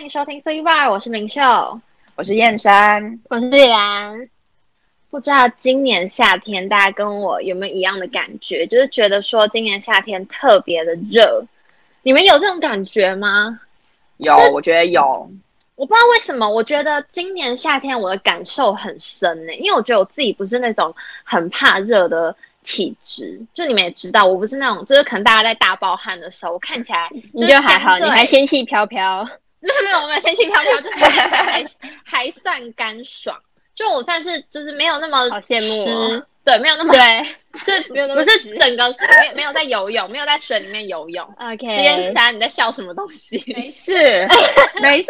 迎收听 C Bar，我是明秀，我是燕山，我是玉兰。不知道今年夏天大家跟我有没有一样的感觉，就是觉得说今年夏天特别的热，你们有这种感觉吗？有，我觉得有。我不知道为什么，我觉得今年夏天我的感受很深呢、因为我觉得我自己不是那种很怕热的体质，就你们也知道，我不是那种，就是可能大家在大暴汗的时候，我看起来你就还好，就是相对你还仙气飘飘。没 有没有，我没有仙气飘飘，就是 还还算干爽，就我算是就是没有那么好羡慕哦湿，对，没有那么对就是没有 那不么是湿整个没有没有在游泳，没有在水里面游泳。 ，OK，实验山，你在笑什么东西 没事，没事，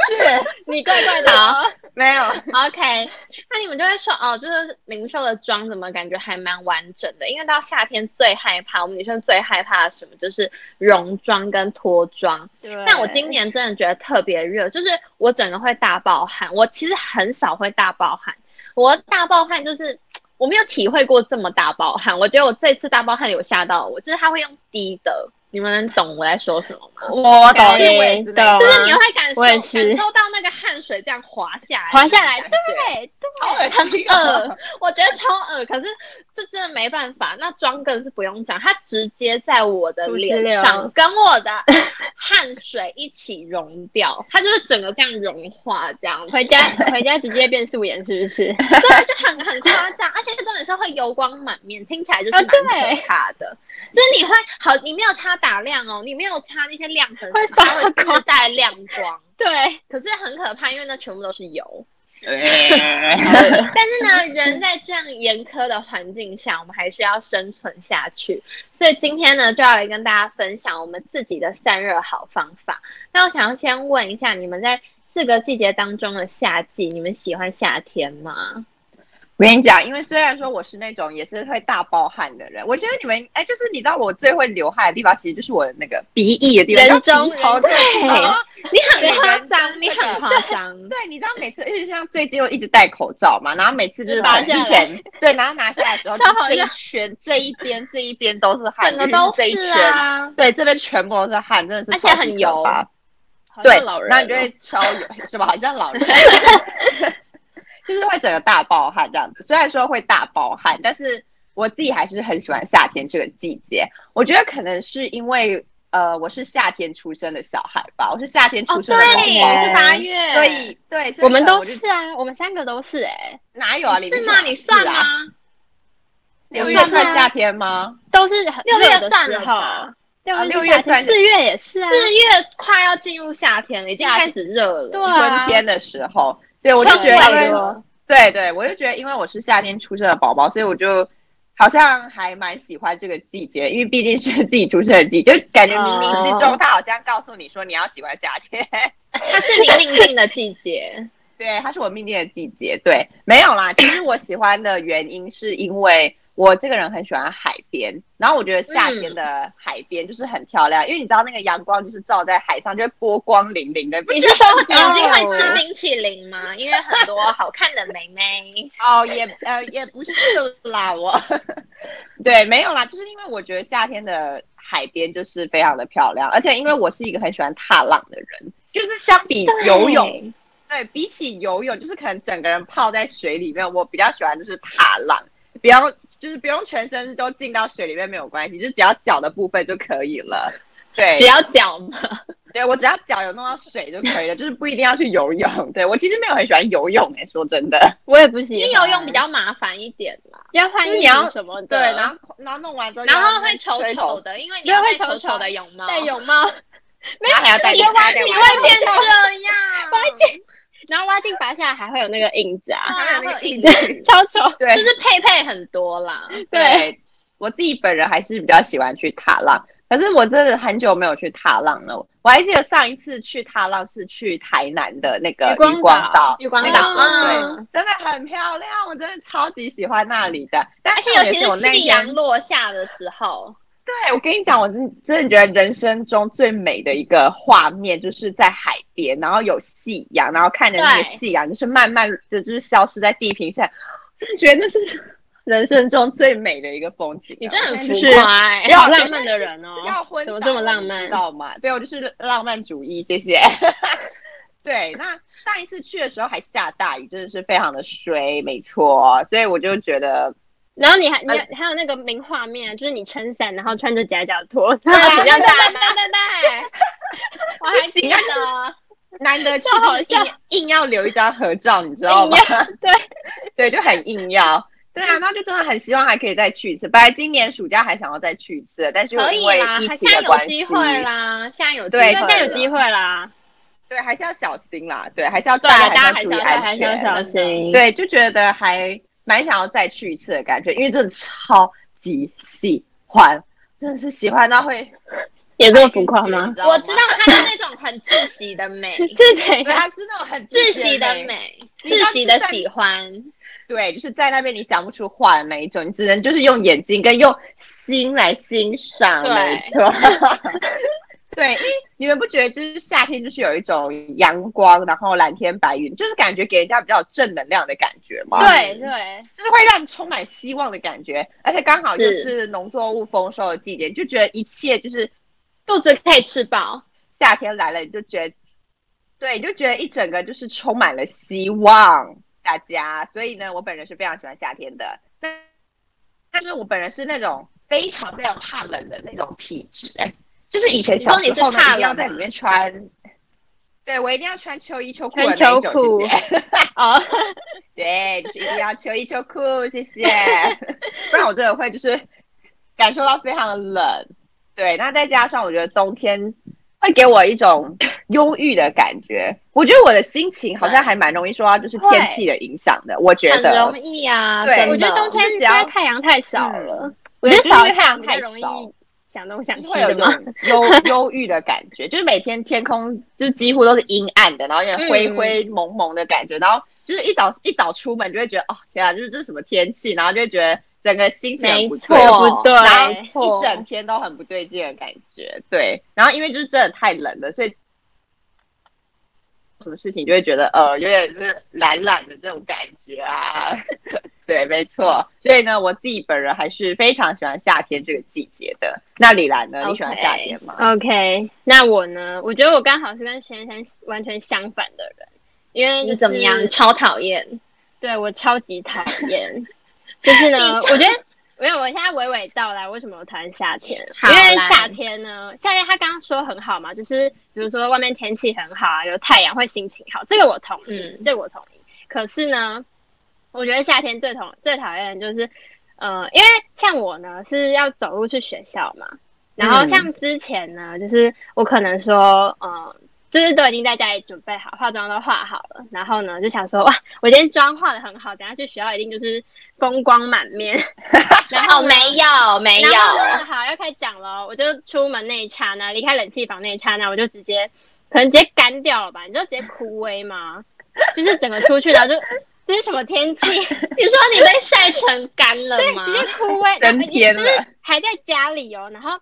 你怪怪的哦。没有。 ？OK，那你们就会说哦，就是零售的妆怎么感觉还蛮完整的？因为到夏天最害怕，我们女生最害怕的是什么就是戎装跟脱妆。但我今年真的觉得特别热，就是我整个会大爆汗。我其实很少会大爆汗，我大爆汗就是我没有体会过这么大爆汗。我觉得我这次大爆汗有吓到我，就是它会用滴的，你们能懂我在说什么吗？我懂，懂因为我也是那懂啊就种，就是你会感受我也感是受到那个汗水这样滑下来，滑下来，对对。对，好恶心啊！恶，我觉得超恶，可是这真的没办法。那妆更是不用讲，它直接在我的脸上56跟我的汗水一起融掉，它就是整个这样融化这样子，回家回家直接变素颜是 不是？对，就很很夸张，而且重点是会油光满面，听起来就是啊蛮对可怕的。就是你会好，你没有擦打亮哦，你没有擦那些亮粉会什么，它发会自光带亮光，对，可是很可怕，因为那全部都是油。哎但是呢，人在这样严苛的环境下，我们还是要生存下去。所以今天呢，就要来跟大家分享我们自己的散热好方法。那我想要先问一下，你们在四个季节当中的夏季，你们喜欢夏天吗？ 我跟你讲，因为虽然说我是那种也是会大爆汗的人，我觉得你们哎，就是你知道我最会流汗的地方，其实就是我的那个鼻翼的地方，人你知道中鼻头这个地方。你很对夸人张，生你这个很夸张。对，你知道每次，就是像最近我一直戴口罩嘛，然后每次就是拿把下之来前对，然后拿下来的 时候，就超好这一笑圈这一边这一边都是汗，整个尤其都这一是圈，啊，对，这边全部都是汗，真的是而且超级很可油怕好对像老，人然后你就哦会超油， 是吧？好像 老人，就是会整个大爆汗这样子。虽然说会大爆汗，但是我自己还是很喜欢夏天这个季节。我觉得可能是因为呃，我是夏天出生的小孩吧，我是夏天哦出生的宝对，毛你宝，是八月，所以对，所以我们可能都就是啊，我们三个都是哎，哪有啊？你你是不吗？哪你算是啊？吗？六我月算算啊夏天吗？都是很六月热的算时了候吧，六啊月六是月夏算天，四月也是啊，四月快要进入夏天了，已经夏开始热了。对啊春天的时候，对我就觉差得不因多为。对对，我就觉得，因为我是夏天出生的宝宝，所以我就好像还蛮喜欢这个季节，因为毕竟是自己出生的季，就感觉冥冥之中，哦他好像告诉你说你要喜欢夏天。它是你命定的季 节，对，它是我命定的季节。对，没有啦。其实我喜欢的原因是因为我这个人很喜欢海边，然后我觉得夏天嗯的海边就是很漂亮，因为你知道那个阳光就是照在海上，就会波光粼粼的。你是说眼睛会哦吃冰淇淋吗？因为很多好看的妹妹，哦，也呃也不是啦，我对没有啦，就是因为我觉得夏天的海边就是非常的漂亮，而且因为我是一个很喜欢踏浪的人，就是相比游泳，对比起游泳，就是可能整个人泡在水里面，我比较喜欢就是踏浪，不要就是不用全身都浸到水里面没有关系，就只要脚的部分就可以了。对，只要脚嘛。对我只要脚有弄到水就可以了，就是不一定要去游泳。对我其实没有很喜欢游泳诶、说真的。我也不喜因为欢，游泳比较麻烦一点嘛，要换就是衣你要服什么的，对，然后然后弄完之后，然后会丑丑丑，的，因为你要戴哦对会丑丑丑丑的泳帽，戴泳帽，然后还要戴你会还要戴你袜会子会变这样，然后挖进拔下来还会有那个印子啊，还有那个印子，超丑。就对是佩佩很多啦。对，我自己本人还是比较喜欢去踏浪，可是我真的很久没有去踏浪了。我还记得上一次去踏浪是去台南的那个渔光岛渔光岛，月光那岛个岛时候嗯，对，真的很漂亮，我真的超级喜欢那里的。但而且重尤点其是我是那夕天阳落下的时候，对，我跟你讲，我真真的觉得人生中最美的一个画面，就是在海边，然后有夕阳，然后看着那对个夕阳，就是慢慢的就是消失在地平线，真的觉得那是 人生中最美的一个风景啊。你真的很就浮是夸 欸。要嗯好浪漫的人哦要，昏怎么倒这么了浪你知漫？道吗？对我就是浪漫主义，谢谢。 对，那上一次去的时候还下大雨，真的是非常的衰，没错。所以我就觉得， 然后你还你呃还有那个名画面，啊就是你撑伞，然后穿着夹脚拖，对然后比较大对对对，我还记得。难得去这好就是硬笑硬要留一张合照， 你知道吗？对 对，就很硬要。对啊，那就真的很希望还可以再去一次。本来今年暑假还想要再去一次，但是我可因以为啦，疫还情现在的关有系机，会啦，现在有机对会，那现在有机会啦，对，还是要小心啦。对，还是要对大啊，家大家还是要还是注要意还安是要小全。心。，对，就觉得还蛮想要再去一次的感觉，因为真的超级喜欢，真的是喜欢到会哎 也这么浮夸你吗？知我知吗道，它是那种很窒息的 美， 是怎对，样？它是那种很窒息的美。美，你知道窒息的是在喜欢。对，就是在那边你讲不出话的那一种，你只能就是用眼睛跟用心来欣赏，对没错。 对，因为你们不觉得就是夏天就是有一种阳光，然后蓝天白云，就是感觉给人家比较有正能量的感觉嘛？对啊对，就是会让你充满希望的感觉，而且刚好又是是农作物丰收的季节，你就觉得一切就是肚子可以吃饱，夏天来了，你就觉得，对，你就觉得一整个就是充满了希望，大家。所以呢，我本人是非常喜欢夏天的，但但是我本人是那种非常非常怕冷的那种体质， 哎，就是以前小时候你说呢你是怕一定要冷在吗里面穿，对我一定要穿秋衣秋裤的穿那一秋种，裤谢谢。 哦， 对，就是一定要秋衣秋裤，谢谢， 不然我真的会就是感受到非常的冷。对，那再加上我觉得冬天会给我一种忧郁的感觉，我觉得我的心情好像还蛮容易受到就是天气的影响的。我觉很得容易啊。对真的我觉得冬天就是只现要在太阳太少了，我对觉得就是少因为太阳比较太容易少想东想就是西会有一的种嘛。 忧忧郁的感觉，就是每天天空就是几乎都是阴暗的，然后有点嗯灰灰蒙蒙的感觉，然后就是一早一早出门就会觉得哦天啊，就是这是什么天气，然后就会觉得整个心情很不对没错不对然没错后一整天都很不对劲的感觉，对，然后因为就是真的太冷了，所以。什么事情就会觉得呃有点就是懒懒的这种感觉啊， 对，没错。所以呢，我自己本人还是非常喜欢夏天这个季节的。那李兰呢？你喜欢 OK 夏天吗？ OK，那我呢？我觉得我刚好是跟先生完全相反的人，因为、就你是、怎么样？超讨厌，对我超级讨 厌，就是呢，你超我觉得没有，我现在娓娓道来为什么我讨厌夏天，好因为来夏天呢，夏天他刚刚说很好嘛，就是比如说外面天气很好啊，有太阳会心情好，这个我同意，嗯这个我同意。可是呢，我觉得夏天最讨最讨厌的就是，呃，因为像我呢是要走路去学校嘛，然后嗯像之前呢，就是我可能说，呃，就是都已经在家里准备好，化妆都化好了，然后呢就想说，哇，我今天妆化的很好，等下去学校一定就是风光满 面。然哦，后呢没有没有，然后呢好要开始讲了哦，我就出门那一刹那，离开冷气房那一刹那，我就直接可能直接干掉了吧？你知道直接枯萎吗？就是整个出去，然后就这是什么天气？ 你说你被晒成干了对，吗？直接枯 萎，升然后天了就是还在家里哦，然后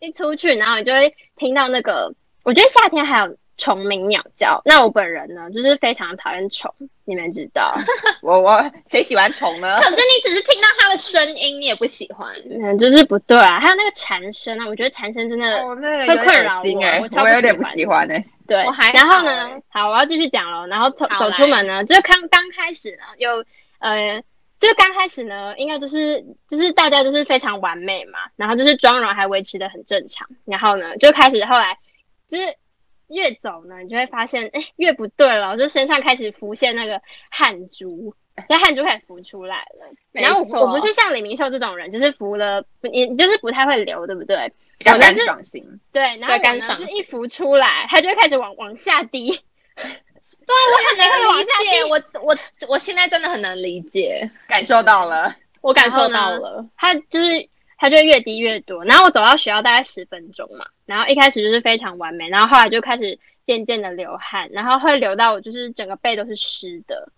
一出去，然后你就会听到那个，我觉得夏天还有虫鸣鸟叫。那我本人呢，就是非常讨厌虫，你们知道， 我我谁喜欢虫 呢可？是你只是听到它的声音，你也不喜欢。嗯，就是不对啊。还有那个蝉声啊，我觉得蝉声真的、哦，那个会有点困恶扰我心哎、我超我不有点喜不欢喜欢哎、对，我还然后好呢欸，好，我要继续讲了。然后走好走来出门呢，就刚刚开始呢，有呃，就刚开始呢，应该就是就是大家都是非常完美嘛，然后就是妆容还维持的很正常，然后呢就开始后来就是越走呢，你就会发现哎越不对了，就身上开始浮现那个汗珠，那汗珠开始浮出来了。然后没我错我不是像李明秀这种人，就是浮了你你就是不太会流，对不对？比较我那干是爽型。对，然后对干我呢爽是型一浮出来，它就会开始往往下滴。 对我很能能理理解解，我我我现在真的很能理解，感受到了，我感受然到后呢了。它就是它就会越滴越多。然后我走到学校大概十分钟嘛，然后一开始就是非常完美，然后后来就开始渐渐的流汗，然后会流到我就是整个背都是湿的。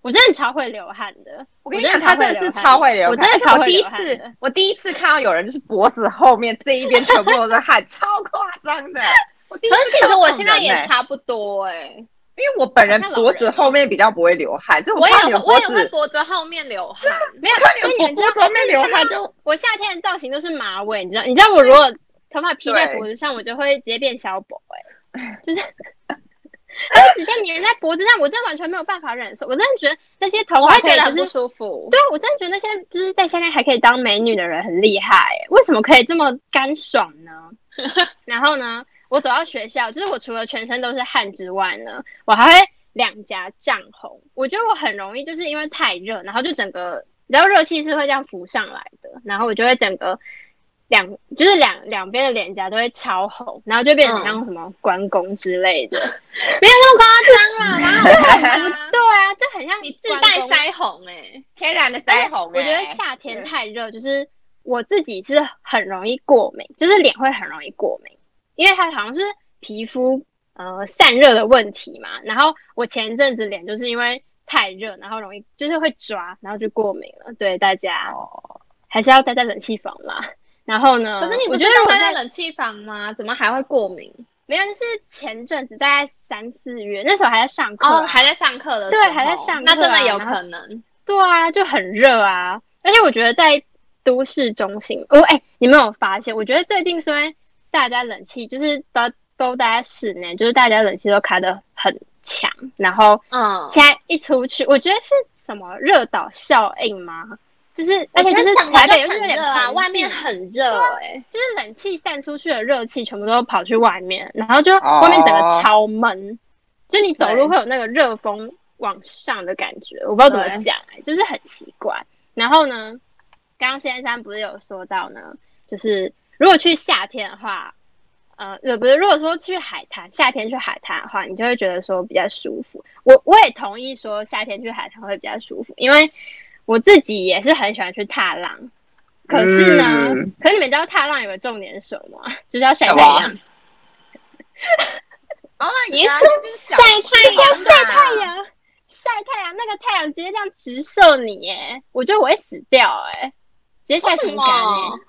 我真的超会流汗的，我跟你真讲，的他真的是超会流我汗，真而的且超我会第一流汗的次，我第一次看到有人就是脖子后面这一边全部都是汗，超夸张的。我第一可次是其看实到我这种现在人也欸差不多哎、因为我本人好像老脖子人后面比较不会流汗，所以我也看你会的我脖也会子，哦脖子后面流汗，没有 看，所以你你的们知脖道子后面流汗就我夏天的造型都是马尾，你知道？你知道我如果头发披在对欸脖子上，我就会直接变小宝哎、就是那个指甲粘在脖子上，我真的完全没有办法忍受。我真的觉得那些头我发会可觉以得很就不是，舒服。对啊我真的觉得那些就是在现在还可以当美女的人很厉害、欸为什么可以这么干爽呢？ 然后呢，我走到学校，就是我除了全身都是汗之外呢，我还会两颊涨红。我觉得我很容易就是因为太热，然后就整个，你知道热气是会这样浮上来的，然后我就会整个。两就是两两边的脸颊都会超红，然后就变嗯成像什么关公之类的， 没有那么夸张啦，哪有啊对啊，就很像你自带关公腮红哎、天然的腮红、我觉得哎夏天对太热，就是我自己是很容易过敏，就是脸会很容易过敏，因为它好像是皮肤呃散热的问题嘛。然后我前一阵子脸就是因为太热，然后容易就是会抓，然后就过敏了。对大家哦，还是要待在冷气房啦。然后呢？可是你不我是觉得如都果待在在冷气房吗？怎么还会过敏？没有，就是前阵子大概三四月，那时候还在上课啊、哦，还在上课的时对候，还在上那课真的啊有然后可能。对啊，就很热啊，而且我觉得在都市中心，哦，哎、你没有发现？我觉得最近虽然大家冷气就是都都待在室内，就是大家冷气都开的很强，然后嗯，现在一出去，我觉得是什么热岛效应吗？就是，而且我觉是得整个台北又就是有很点热啊，盆外面地很热哎、就是冷气散出去的热气全部都跑去外面，然后就哦外面整个超闷就你走对路会有那个热风往上的感觉，我不知道怎么对讲、欸，就是很奇怪。然后呢，刚刚先生不是有说到呢，就是如果去夏天的话，呃，也不是，如果说去海滩，夏天去海滩的话，你就会觉得说比较舒服。我我也同意说夏天去海滩会比较舒服，因为我自己也是很喜欢去踏浪。可是呢，嗯可是你们知道踏浪有个重点是什么吗？ 就是要晒太干嘛阳，哦，你是是啊就是要晒太，阳，晒太阳，那个太阳直接这样直射你，耶，我觉得我会死掉，哎，直接晒成干，哎么，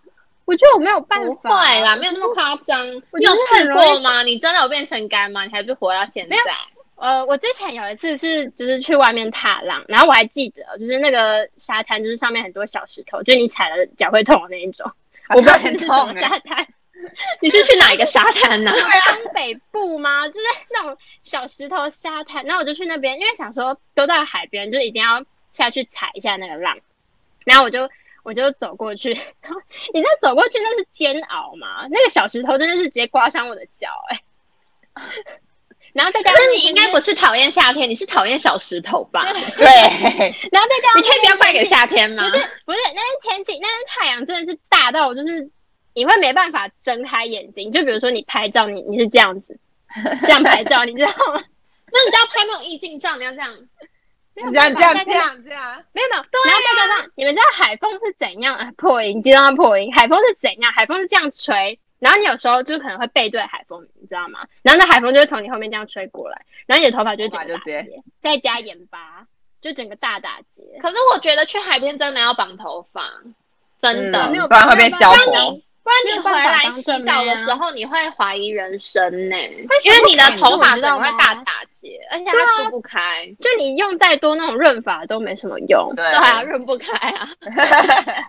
我觉得我没有办不法，会啦，没啊有那么夸张。我你就有是很试容易过吗？你真的有变成干吗？你还不是活到现没在？有呃，我之前有一次是就是去外面踏浪，然后我还记得，就是那个沙滩，就是上面很多小石头，就是你踩了脚会痛的那一种。我我不知道 很那是什痛么哎、沙滩， 你是去哪一个沙滩 呢、东啊北部吗？就是那种小石头沙滩。然后我就去那边，因为想说都到海边，就一定要下去踩一下那个浪。然后我就我就走过去， 然后你知道走过去那是煎熬吗？那个小石头真的是直接刮伤我的脚哎、 然后再加但上是你应该不是讨厌夏天，你是讨厌小石头吧？对，然后再加上你可以不要怪给夏天吗不？是不是，那天天气，那天太阳真的是大到我就是你会没办法睁开眼睛。就比如说你拍照，你你是这样子，这样拍照，你知道吗？那你就要拍那种意境照，你要这样。啊没有你这样办这法样这，样这样，没有没有。然后再加上你们知道海风是怎样啊？破音，接到破音，海风是怎样？海风是这样吹。然后你有时候就可能会背对海风，你知道吗？然后那海风就会从你后面这样吹过来，然后你的头发就会头发整个就打直接结，再加眼巴，就整个大打结。可是我觉得去海边真的要绑头发，真的。嗯没有不然会被消没有办法薄。不然没你有回办法来当洗正澡妹的啊时候，你会怀疑人生呢、因全为部你的卡住头发你整知道个会吗大打结，而且对啊它梳不开。就你用再多那种润发都没什么用。对对啊，润不开啊。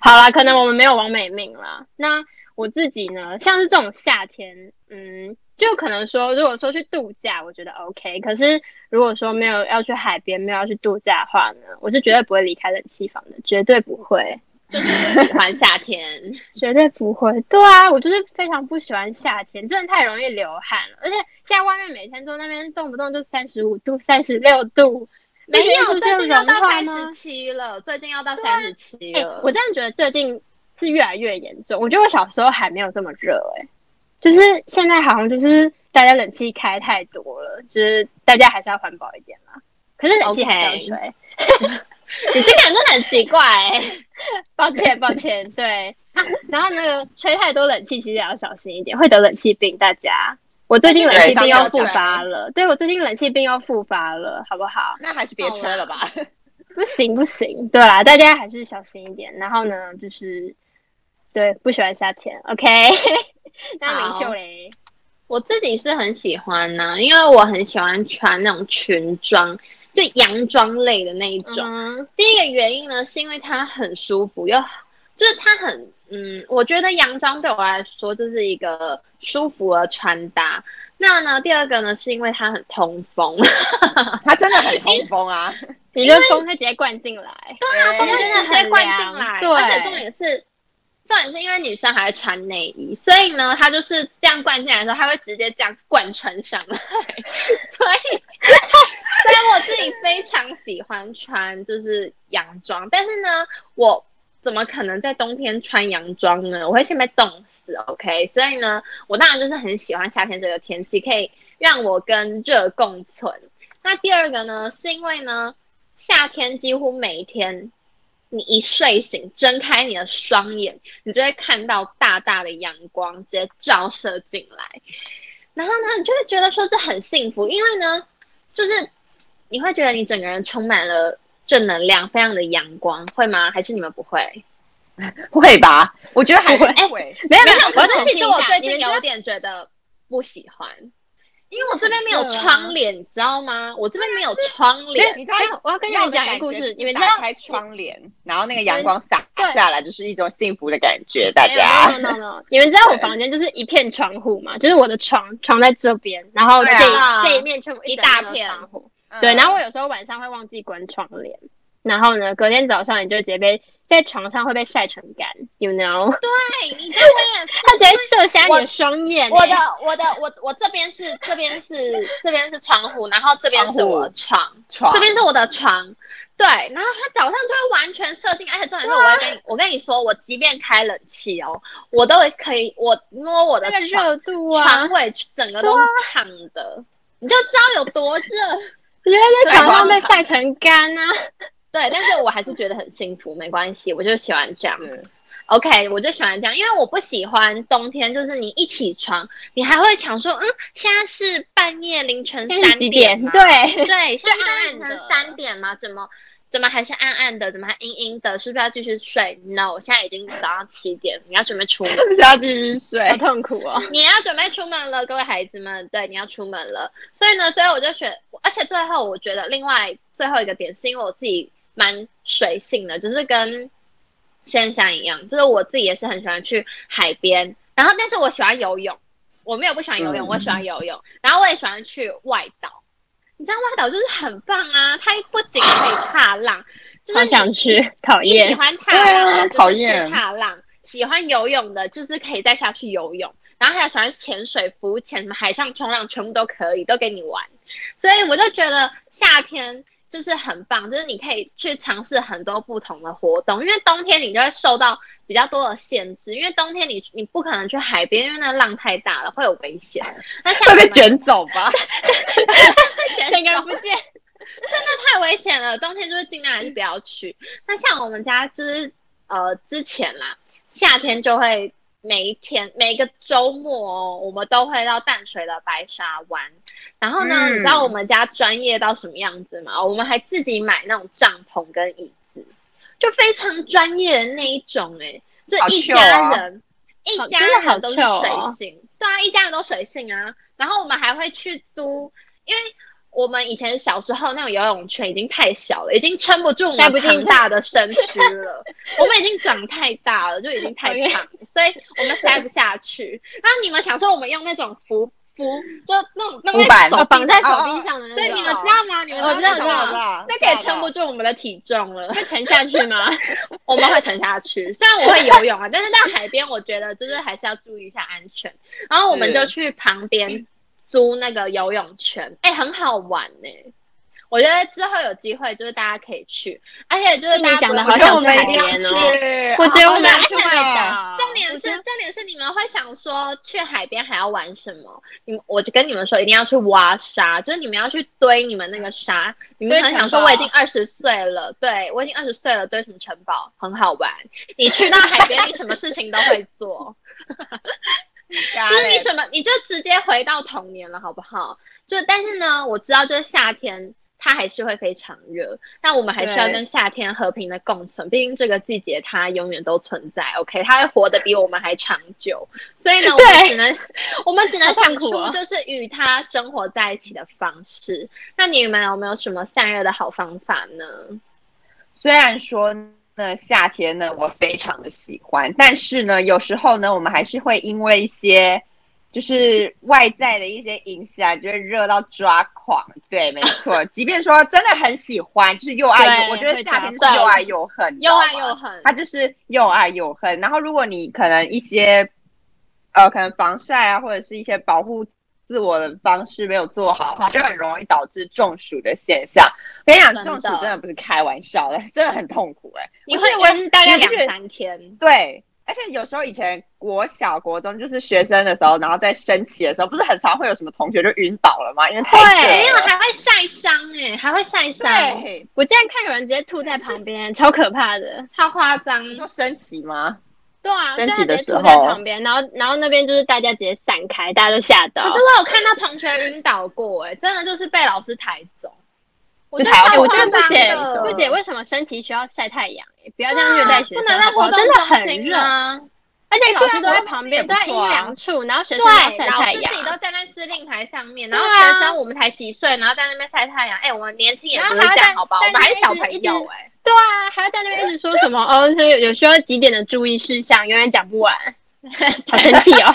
好啦，可能我们没有王美命啦。那我自己呢，像是这种夏天，嗯，就可能说，如果说去度假，我觉得 OK。可是如果说没有要去海边，没有要去度假的话呢，我是绝对不会离开冷气房的，绝对不会，就是不喜欢夏天，绝对不会。对啊，我就是非常不喜欢夏天，真的太容易流汗了。而且现在外面每天都那边动不动就三十五度、三十六度， 没那元素有，就最近要融到化三吗十七了，最近要到对啊三十七哎、了。我真的觉得最近是越来越严重。我觉得我小时候还没有这么热，哎，就是现在好像就是大家冷气开太多了，就是大家还是要环保一点啦。可是冷气还是要 OK 吹你这个人真的很奇怪、欸，抱歉抱歉，对。 啊然后那个吹太多冷气，其实也要小心一点，会得冷气病。大家，我最近冷气病又复发了，对我最近冷气病又复发了，好不好？那还是别吹了吧。不行不行，对啦，大家还是小心一点。然后呢，就是对不喜欢夏天，OK？那明秀嘞， 我自己是很喜欢呐、因为我很喜欢穿那种裙装，就洋装类的那一种。嗯，第一个原因呢，是因为它很舒服，又就是它很嗯，我觉得洋装对我来说就是一个舒服的穿搭。那呢，第二个呢，是因为它很通风，它真的很通风啊！你的风会直接灌进来，对啊，对风就直接灌进来，真的很凉而且对重点是。重点是因为女生还会穿内衣，所以呢，它就是这样灌进来的时候，它会直接这样贯穿上来，所以，所 以我自己非常喜欢穿就是洋装，但是呢，我怎么可能在冬天穿洋装呢？我会先被冻死，OK？所以呢，我当然就是很喜欢夏天这个天气，可以让我跟热共存。那第二个呢，是因为呢，夏天几乎每一天，你一睡醒，睁开你的双眼，你就会看到大大的阳光直接照射进来，然后呢，你就会觉得说这很幸福，因为呢，就是你会觉得你整个人充满了正能量，非常的阳光，会吗？还是你们不会？会吧？我觉得还是哎会。没有没有没有，，我可是澄其实清一我下，最你近们有这点觉得不喜欢，因为我这边没有窗帘，你知道吗？我这边没有窗帘，你知道哎我要跟你们讲一个要故的事感觉，你们知道打开窗帘，然后那个阳光洒下来，就是一种幸福的感觉。大没家有没有没有没有，你们知道我 房间就是一片窗户嘛？就是我的床，床在这边，然后这对一、啊这一面全部一整面大都是片嗯窗户。对，然后我有时候晚上会忘记关窗帘，然后呢，隔天早上你就直接被在床上会被晒成干，you know，对，哎你这边也是。它直接射瞎你我的双眼、我的欸我的我我这边是这边是这边是窗户，然后这边是我的床，床这边是我的床，对，然后它早上就会完全射进，而且重点是我会跟你，我跟你说，我即便开冷气哦，我都会可以，我摸我的那个床热度啊床，尾整个都是烫的，你就知道有多热。你会在对床上我被晒成干啊！对，但是我还是觉得很幸福，没关系，我就喜欢这样。是 OK，我就喜欢这样，因为我不喜欢冬天，就是你一起床，你还会想说，嗯，现在是半夜凌晨现在是三几点？吗？对，对，现在是半夜凌暗暗晨的三点吗？怎么怎么还是暗暗的？怎么还阴阴的？是不是要继续睡？No，现在已经早上七点，你要准备出 门。不是要继续睡好？痛苦哦。你要准备出门了，各位孩子们，对，你要出门了。所以呢，最后我就选，而且最后我觉得另外最后一个点是因为我自己蛮随性的，就是跟轩翔一样，就是我自己也是很喜欢去海边，然后但是我喜欢游泳，我没有不喜欢游泳，嗯我喜欢游泳，然后我也喜欢去外岛。你知道外岛就是很棒啊，它不仅可以踏浪，就是 好你想去，讨你喜厌。欢踏浪的，对就啊是讨厌去踏浪；喜欢游泳的，就是可以再下去游泳。然后还有喜欢潜水、浮潜、什么海上冲浪，全部都可以，都给你玩。所以我就觉得夏天就是很棒，就是你可以去尝试很多不同的活动。因为冬天你就会受到比较多的限制，因为冬天你你不可能去海边，因为那浪太大了，会有危险。那夏会天被卷走吧？整个人不见，太危险了，冬天就是尽量还是不要去。那像我们家就是呃之前啦，夏天就会每一天每一个周末哦，我们都会到淡水的白沙湾。然后呢，嗯你知道我们家专业到什么样子吗？我们还自己买那种帐篷跟椅子，就非常专业的那一种哎、就好一 chill 家啊人。一好家真的好人都是 chill 水哦性，对啊，一家人都水性啊。然后我们还会去租，因为我们以前小时候那种游泳圈已经太小了，已经撑不住我塞不们进庞去大的身躯 了。我们已经长太大了，就已经太讨厌胖了，所以我们塞不下去。然后你们想说我们用那种浮浮，就那种弄浮在板手哦，绑在臂 手上哦臂哦上的那种。对，你们知道吗？你们我知道那种我知道我吗知道那可以撑不住我们的体重了。会沉下去 吗？我们会沉下去。虽然我会游泳啊，但是到海边，我觉得就是还是要注意一下安全。然后我们就去旁边租那个游泳圈，哎、很好玩呢、我觉得之后有机会就是大家可以去，而且就是大家你讲得不会觉好得想我去们海一定要边去哦，我觉得我好们要想去外岛。重点是，重点是你们会想说去海边还要玩什么？你们我就跟你们说，一定要去挖沙，就是你们要去堆你们那个沙。你们可能想说，堆城堡我已经二十岁了，对我已经二十岁了，堆什么城堡很好玩。你去到海边，你什么事情都会做，就是你什么你就直接回到童年了，好不好？就但是呢，我知道就是夏天。它还是会非常热，但我们还是要对跟夏天和平的共存，毕竟这个季节它永远都存在。OK，它会活得比我们还长久，所以呢，我们对只能我们只能好想痛苦出哦就是与它生活在一起的方式。那你们有没有什么散热的好方法呢？虽然说那夏天呢，我非常的喜欢，但是呢，有时候呢，我们还是会因为一些就是外在的一些影响，就会热到抓狂。对，没 错，即便说真的很喜欢，就是又爱又，对我觉得会夏天这样就是又对爱又恨，你知又道爱吗又恨。它就是又爱又恨。然后如果你可能一些呃，可能防晒啊，或者是一些保护自我的方式没有做好的话，就很容易导致中暑的现象。我跟你讲，真的中暑真的不是开玩笑的，真的很痛苦哎、你我会记得我温大概你不觉两得三天，对。而且有时候以前国小、国中就是学生的时候，然后在升旗的时候，不是很常会有什么同学就晕倒了吗？因为太没热有啊了。还会晒伤哎，还会晒伤，对，我竟然看有人直接吐在旁边，超可怕的。超夸张。你说升旗吗？对啊，升就旗他的直时接候吐在旁边，然后然后那边就是大家直接散开，大家都吓到可。是我有看到同学晕倒过哎，真的就是被老师抬走。我就觉得抬太到我真的夸不张解了不解为什么升旗需要晒太阳、欸，不要这样虐待学不生，能在好不好活动真的很中心热，啊！而且老对啊师都在旁边，活都动在中心也不错阴啊凉处，然后学生对，要晒太阳老师自己，都站在司令台上面，对然后啊学生我们才几岁，然后在那边晒太阳。哎、我们年轻也不是这然样，后好吧？我还在们还是小朋在那边友哎、对啊，还要在那边一直说什么哦，有有需要几点的注意事项，永远讲不完， 好生气哦。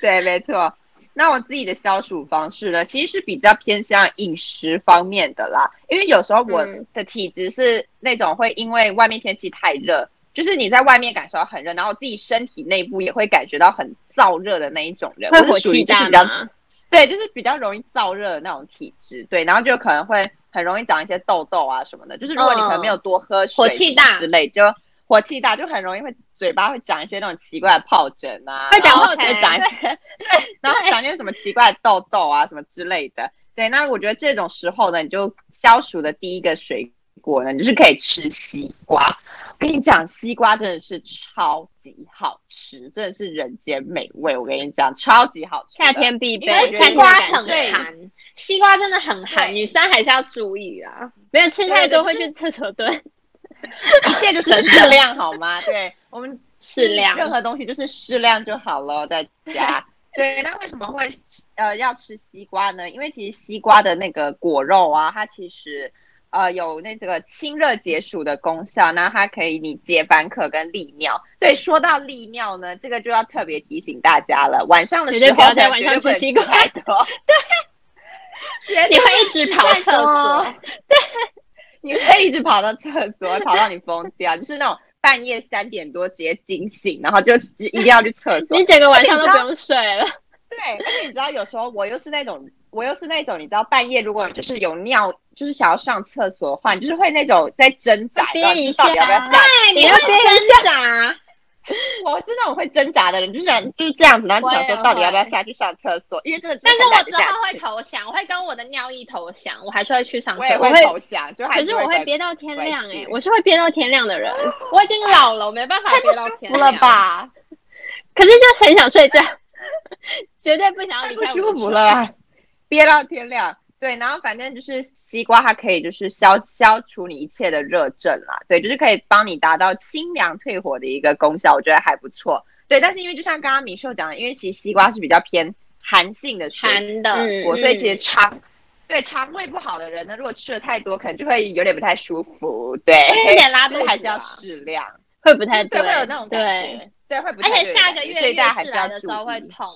对，没错。那我自己的消暑方式呢，其实是比较偏向饮食方面的啦，因为有时候我嗯的体质是那种会因为外面天气太热，就是你在外面感受到很热，然后自己身体内部也会感觉到很燥热的那一种人，会我火是属于气就是大比较吗？对，就是比较容易燥热的那种体质，对，然后就可能会很容易长一些痘痘啊什么的。就是如果你可能没嗯有多喝水、火气大之类，就火气大，就很容易会嘴巴会长一些那种奇怪的疱疹啊，会长然后疱疹会长一些，对，然后会长一些什么奇怪的痘痘啊什么之类的。对，那我觉得这种时候呢，你就消暑的第一个水果呢，你就是可以吃西瓜。我跟你讲，西瓜真的是超级好吃，真的是人间美味。我跟你讲，超级好吃的。夏天必备因为，对哎西瓜感觉很寒，西瓜真的很寒，对女生还是要注意啊。没有吃太对多可会是去厕所蹲。 一切就是适量，好 吗？对我们适量任何东西就是适量就好了，大家。 对，那为什么会呃要吃西瓜呢？因为其实西瓜的那个果肉啊，它其实呃有那这个清热解暑的功效，那它可以你解烦渴跟利尿。对，说到利尿呢，这个就要特别提醒大家了，晚上的绝时对候不要在呢晚绝上对不吃能西瓜太多，对，绝你对会一直跑厕所，哦哎你会一直跑到厕所，跑到你疯掉，就是那种半夜三点多直接惊醒，然后就一定要去厕所 你。整个晚上而且你都知不道用睡了，对，而且你知道，有时候我又是那种，我又是那种，你知道，半夜如果就是有尿，就是想要上厕所的话，你就是会那种在挣扎，憋你一知道下你到底要不要下？哎，你你会会憋挣扎，我是那种会挣扎的人，就是想就是这样子，然后就想我说也到底要不要会下去上厕所，因为真的但真是的很我懒得之下后会去，投降，我会跟我的尿意投降，我还是会去上我厕也所。会会投降，就还可是是我会会憋到天我也亮是哎、我是会憋到天亮的人，我已经老了，我没办法憋到天服亮了？吧？可是就很想睡觉， 绝对不想要太离不开我舒的服床了。啦， 憋到天亮。对，然后反正就是西瓜，它可以就是消消除你一切的热症啦。对，就是可以帮你达到清凉退火的一个功效，我觉得还不错。对，但是因为就像刚刚米秀讲的，因为其实西瓜是比较偏寒性的水寒的，嗯果，所以其嗯实肠、对肠胃不好的人呢，如果吃的太多，可能就会有点不太舒服。对，有点拉肚所子以啊，还是要适量，会不就太是对，会有那种感对，觉，对，会不而太且对的下感个觉月所以大家月还事是来要的时注候会意痛。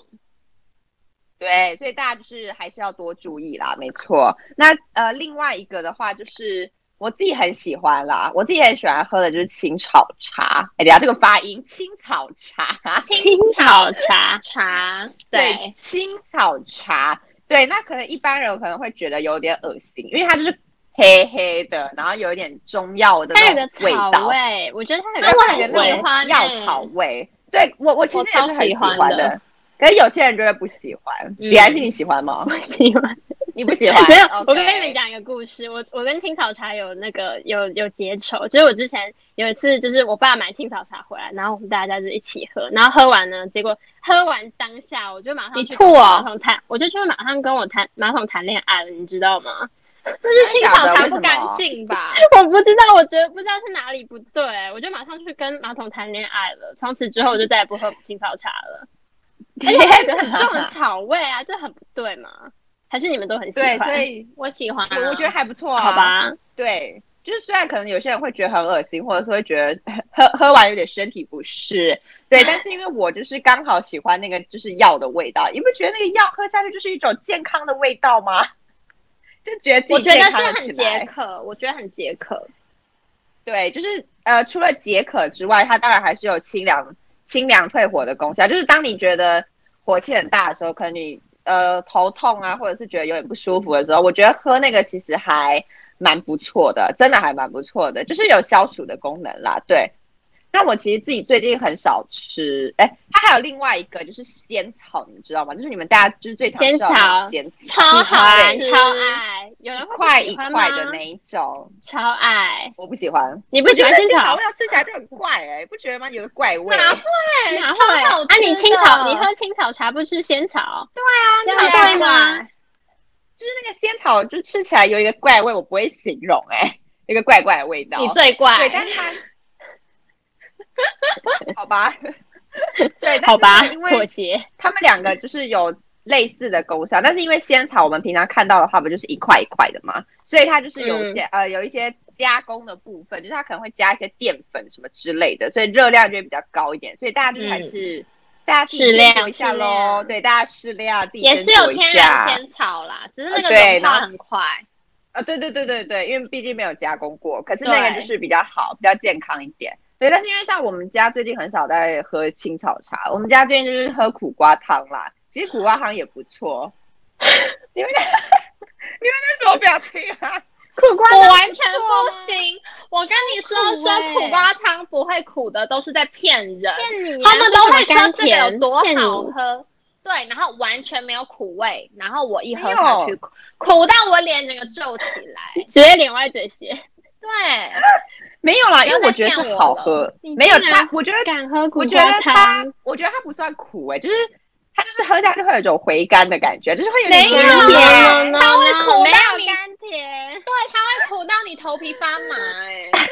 对，所以大家就是还是要多注意啦，没错。那呃，另外一个的话就是我自己很喜欢啦，我自己很喜欢喝的就是青草茶。哎，等一下这个发音，青草茶，青草茶，茶，嗯对，，青草茶，对。那可能一般人可能会觉得有点恶心，因为它就是黑黑的，然后有一点中药的它有那个种味草道，味，我觉得它有对，个我它很有喜个那草种味，欢药欸草味。对我，我其我实也超是很喜喜欢欢的的，可是有些人就会不喜欢。李安欣，你喜欢吗？ 我喜欢。你不喜欢？没有 OK 我跟你们，讲一个故事，我我跟青草茶有那个有有结仇，就是我之前有一次，就是我爸买青草茶回来，然后我们大家就一起喝，然后喝完呢，结果喝完当下我就马上你去吐跟我哦马桶谈，我就去马上跟我谈马桶谈恋爱了，你知道吗？那是青真草的假的茶为不什干么净 吧？我不知道，我觉得不知道是哪里不对，我就马上去跟马桶谈恋爱了，从此之后我就再也不喝青草茶了，而且它有个很重 的草味啊，这很不对嘛？还是你们都很喜对，欢？所以我喜欢啊，我我觉得还不错啊，嗯好吧，对。就是虽然可能有些人会觉得很恶心，或者是会觉得喝喝完有点身体不适，对，但是因为我就是刚好喜欢那个就是药的味道，你不觉得那个药喝下去就是一种健康的味道吗？ 就觉得自己我觉得健是康了起很来解渴，我觉得很解渴。对，就是呃，除了解渴之外，它当然还是有清凉、清凉退火的功效。就是当你觉得火气很大的时候，可能你呃头痛啊，或者是觉得有点不舒服的时候，我觉得喝那个其实还蛮不错的，真的还蛮不错的，就是有消暑的功能啦。对，那我其实自己最近很少吃，哎，它还有另外一个就是仙草，你们知道吗？就是你们大家就是最常仙吃到的那草种仙草，超喜好欢吃超爱，有人一会不块喜一欢块的吗那一种，超爱。我不喜欢。你不喜欢我觉得仙仙草啊味？道吃起来就很怪哎、不觉得吗？有个怪味。哪对，哪超会好吃啊，你青草，的你喝青草茶不吃仙草，这对啊，样怪对吗吗？就是那个仙草，就吃起来有一个怪味，我不会形容哎、一个怪怪的味道。你最怪，对，但是 它好吧， 对，但好吧是，因为妥协。他们两个就是有类似的功效，但是因为仙草我们平常看到的话，不就是一块一块的嘛，所以它就是有嗯加、呃有一些加工的部分，就是它可能会加一些淀粉什么之类的，所以热量就会比较高一点，所以大家就是还嗯是、大家自己适量斟酌一下适喽量，对，大家适量，自己也斟是有酌一天下然仙草啦，只是那呃个对融化然后很快。啊，对对对对对，因为毕竟没有加工过，可是那个对就是比较好，比较健康一点。对，但是因为像我们家最近很少在喝青草茶，我们家最近就是喝苦瓜汤啦。其实苦瓜汤也不 错。你们那你们那什么表情啊？苦瓜我呢完全不不错啊行，我跟你说超苦欸说苦瓜汤不会苦的，都是在骗人。骗你啊，他们都会什说么甘这个有甜多骗好你喝，对，然后完全没有苦味，然后我一喝没有下去，苦苦到我脸整个皱起来。直接脸歪嘴斜。对，没有啦，不因要为我再觉得骗是我好了喝你，没有竟它然，我觉得敢喝苦我觉瓜得它汤，，我觉得它不算苦哎、就是它就是喝下去会有一种回甘的感觉，就是会有点没有甘甜啊呢，它会苦没到有你甘甜，它会苦到你头皮发麻、哎，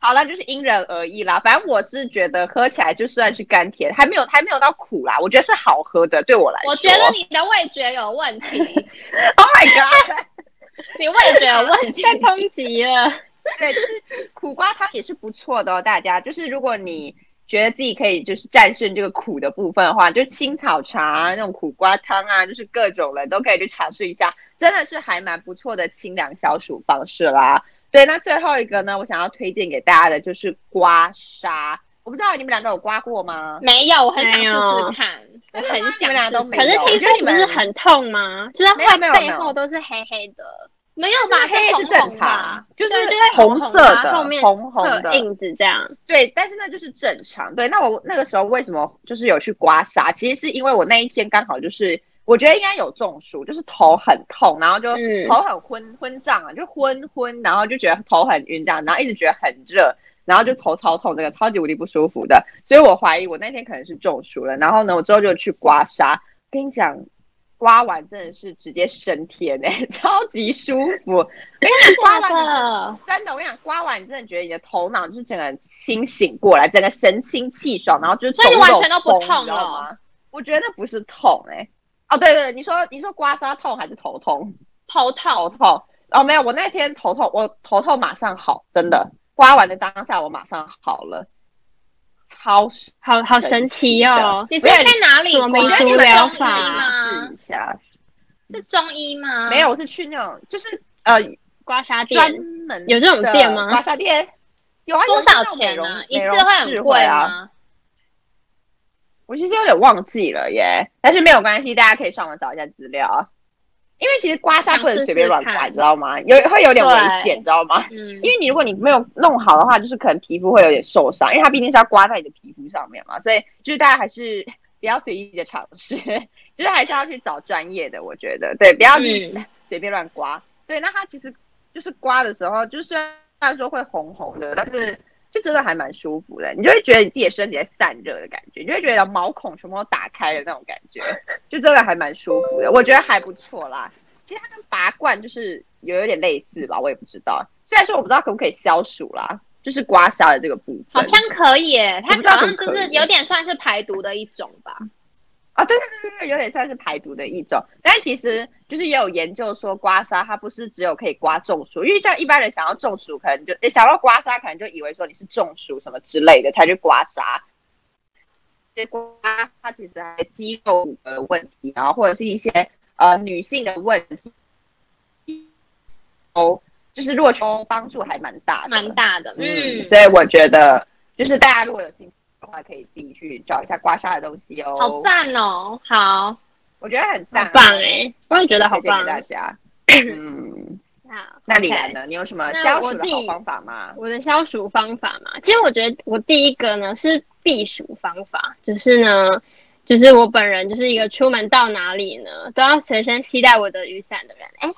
好了，就是因人而异啦。反正我是觉得喝起来就算是甘甜，还没有还没有到苦啦。我觉得是好喝的，对我来说。我觉得你的味觉有问题， ，Oh my god！ 你味觉有问题。太抨击了。对，就是苦瓜汤也是不错的哦，大家。就是如果你觉得自己可以就是战胜这个苦的部分的话，就青草茶啊、那种苦瓜汤啊，就是各种人都可以去尝试一下，真的是还蛮不错的清凉消暑方式啦。对，那最后一个呢，我想要推荐给大家的就是刮痧。我不知道你们两个有刮过吗？没有，我很想没试有试看，我 真的吗很你想们俩试都试没可是有我听觉得说你不们是很痛吗？就是没有会没有没背有后都是黑黑的，没有吧？黑红是正红常吧？，就是啊对就是红色红的的后面红会红有的，印子这样。对，但是那就是正常。对，那我那个时候为什么就是有去刮痧？其实是因为我那一天刚好就是，我觉得应该有中暑，就是头很痛，然后就嗯头很昏昏胀啊，就昏昏，然后就觉得头很晕这样，然后一直觉得很热，然后就头超痛，这个超级无敌不舒服的。所以我怀疑我那天可能是中暑了。然后呢，我之后就去刮痧，跟你讲。刮完真的是直接升天哎、 超级舒服！我跟你讲，刮完你的，真的，我跟你讲，刮完你真的觉得你的头脑就是整个人清醒过来，整个神清气爽，然后就是所以你走路完全都不有风痛你知道了吗？我觉得那不是痛哎、哦对对，对你说你说刮痧痛还是头痛？头痛，头痛哦没有，我那天头痛，我头痛马上好，真的，刮完的当下我马上好了，超神好好神奇哦！你是在哪里什么刮？民我觉得俗你们疗中医法试吗？一下，是中医吗？没有，我是去那种就是呃刮痧专店门有这种的店吗刮痧店有啊，多有一些少那种美钱容啊？一美次容会室很贵啊？吗？我其实有点忘记了耶，但是没有关系，大家可以上网找一下资料啊。因为其实刮痧不能随便乱尝试试刮，看你知道吗？有会有点危险，对你知道吗？嗯因，为你如果你没有啊弄好的话，就是可能皮肤会有点受伤，因为它毕竟是要刮在你的皮肤上面嘛，所以就是大家还是不要随意的尝试，就是还是要去找专业的，我觉得对，不要去嗯 随便乱刮。对，那它其实就是刮的时候，就虽然说会红红的，但是就真的还蛮舒服的，你就会觉得你自己的身体在散热的感觉，你就会觉得毛孔全部都打开的那种感觉，就真的还蛮舒服的，我觉得还不错啦。其实它跟拔罐就是有有点类似吧，我也不知道。虽然说我不知道可不可以消暑啦，就是刮痧的这个部好分，像可以耶，我它不知道好像可就不可以是有点算是排毒的一种吧。啊、哦，对对对对对，有点像是排毒的一种。但其实就是也有研究说，刮痧它不是只有可以刮中暑，因为像一般人想要中暑，可能就诶想到刮痧，可能就以为说你是中暑什么之类的才去刮痧。结果它其实还肌肉骨骼的问题，然后或者是一些呃女性的问题，哦，就是如果说帮助还蛮大的，蛮大的，嗯，所以我觉得就是大家如果有兴趣。的话可以自己去找一下刮痧的东西哦，好赞哦，好，我觉得很赞，啊好棒哎，我也觉得好棒，给大 家。嗯，好，那李然呢？你有什么消暑的好方法吗？我的消暑方法嘛，其实我觉得我第一个呢是避暑方法，就是呢，就是我本人就是一个出门到哪里呢都要随身携带我的雨伞的人，哎。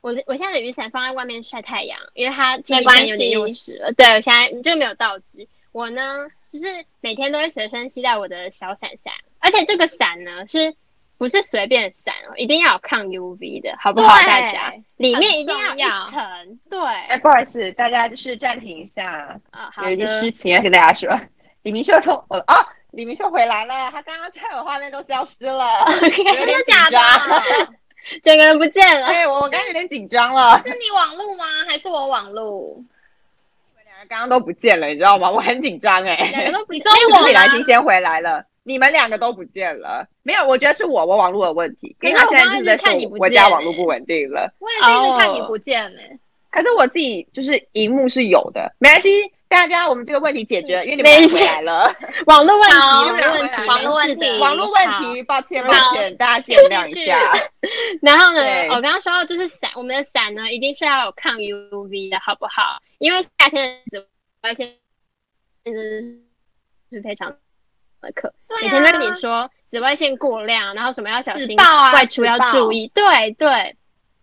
我的我现在的雨伞放在外面晒太阳，因为它没关系有点用湿了。对，我现在就没有道具。我呢，就是每天都会随身携带我的小伞伞，而且这个伞呢，是不是随便伞哦？一定要有抗 UV 的，好不好？对大家里面一定很重要要呃一层。对，哎，不好意思，大家就是暂停一下，啊，好有一件的事，情要跟大家说。 李明秀从我哦，李明秀回来了，他刚刚在我画面都消失 了，有真的点紧假张。的？ 整个人不见 了。对我我刚刚有点紧张了，是你网路吗？还是我网路？两个刚刚都不见了，你知道吗？我很紧张哎、两个都不你见说了，我吗李兰婷先回来了，你们两个都不见了。没有，我觉得是我我网络有问题，可因是为我他现在就是在刚刚一直看你说不我见家欸网络不稳定了。我也是一直看你哦不见呢、可是我自己就是荧幕是有的，没关系，大家我们这个问题解决了，因为你们嗯没俩事回来 了，网络问题，好网络问题，网络问题没事的网络问。题，抱歉抱歉，大家见谅一下。 然后呢，对我刚刚说到就是伞，我们的伞呢一定是要有抗 UV 的，好不好？因为夏天的紫外线就是是非常苛刻，对啊每天都跟哎你说紫外线过量，然后什么要小心，紫爆啊外出要紫爆注意，对对。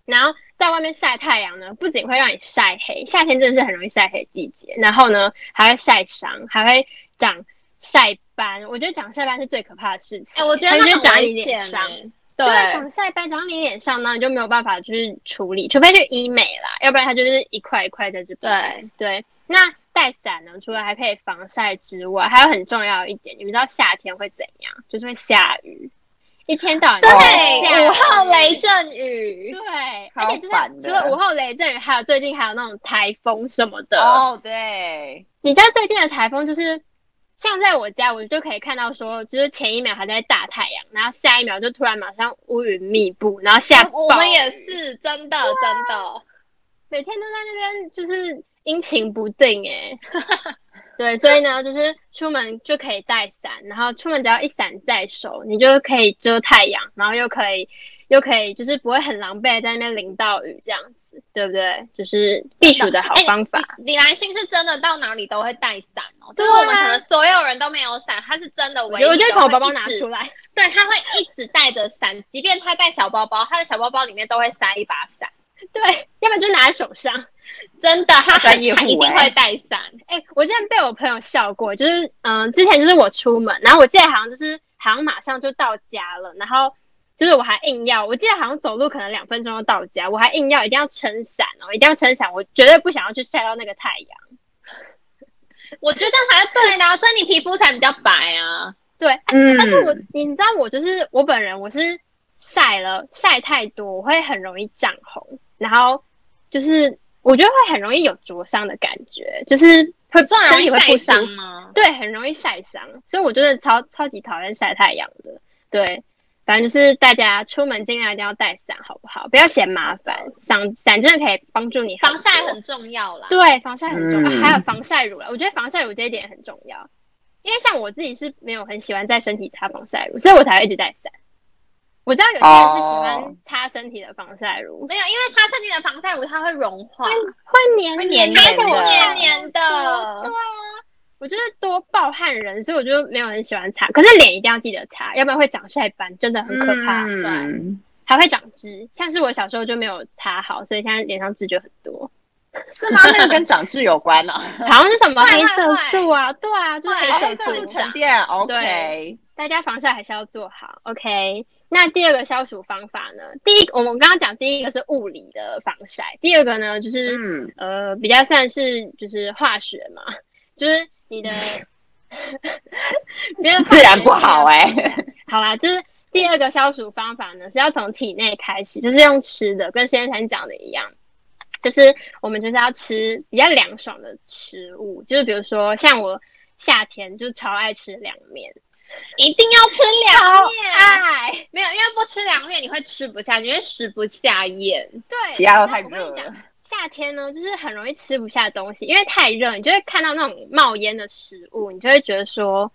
然后在外面晒太阳呢，不仅会让你晒黑，夏天真的是很容易晒黑的季节，然后呢还会晒伤，还会长晒斑。我觉得长晒斑是最可怕的事情。哎、我觉得还那是很长危一点险、伤。欸。对，对，长晒斑长到你脸上，那你就没有办法去处理，除非去医美啦，要不然它就是一块一块在这边。对，对，那带伞呢，除了还可以防晒之外，还有很重要一点，你们知道夏天会怎样？就是会下雨，一天到晚都哦下雨对，五号雷。阵雨对，，超而且就是烦的除了午后雷阵雨，还有最近还有那种台风什么的。哦，对，你知道最近的台风就是，像在我家，我就可以看到说，就是前一秒还在大太阳，然后下一秒就突然马上乌云密布，然后下暴嗯我我们雨也是真的真的，每天都在那边就是阴晴不定哎、 对，所以呢，就是出门就可以带伞，然后出门只要一伞在手，你就可以遮太阳，然后又可以又可以就是不会很狼狈地在那边淋到雨这样子，对不对？就是避暑的好方法。李来信是真的到哪里都会带伞哦，就对啊是我们可能所有人都没有伞，他是真的我唯一就的我就从我包包会一拿直出来， 对，他会一直带着伞，即便他带小包包，他的小包包里面都会塞一把伞。对，要不然就拿在手上。真的，他专业户他一定欸会带伞。哎、我之前被我朋友笑过，就是嗯、之前就是我出门，然后我记得好像就是好像马上就到家了，然后就是我还硬要，我记得好像走路可能两分钟就到家，我还硬要一定要撑伞哦，一定要撑伞，我绝对不想要去晒到那个太阳。我觉得还要对啦，所以你皮肤才比较白啊。对，哎嗯但是我你知道我就是我本人我是晒了晒太多，我会很容易涨红，然后就是我觉得会很容易有灼伤的感觉，就是会这么容身易体会晒啊不伤。舒服吗？对，很容易晒伤，所以我真的超超级讨厌晒太阳的。对，反正就是大家出门尽量一定要带伞，好不好？不要嫌麻烦，伞伞真的可以帮助你防晒多很重要啦。对，啊防晒很重要，嗯还有防晒乳啦。啊我觉得防晒乳这一点很重要，因为像我自己是没有很喜欢在身体擦防晒乳，所以我才会一直带伞。我知道有些人是喜哦欢擦身体的防晒乳，没有，因为它身体的防晒乳它会融化，会黏会黏而且黏我的黏黏的。啊对啊，我就是多暴汗人，所以我就没有很喜欢擦。可是脸一定要记得擦，要不然会长晒斑，真的很可怕。对，嗯，还会长痣，像是我小时候就没有擦好，所以现在脸上痣就很 多，是吗？那个跟长痣有关啊呢、好像是什么会黑会色素啊？ 对啊，就是会黑哦，色色素素。沉淀，OK 对。大家防晒还是要做好，OK？那第二个消暑方法呢？第一，我们刚刚讲第一个是物理的防晒，第二个呢就是、嗯，呃比较算是就是化学嘛， 就是你的 没有化学自然不好哎、好啦，就是第二个消暑方法呢，是要从体内开始，就是用吃的，跟先前讲的一样，就是我们就是要吃比较凉爽的食物，就是比如说像我夏天就超爱吃凉面，一定要吃凉面，哎，没有，因为不吃凉面你会吃不下，你会食不下咽。对，其他都那太我跟热你讲了。夏天呢，就是很容易吃不下东西，因为太热，你就会看到那种冒烟的食物，你就会觉得说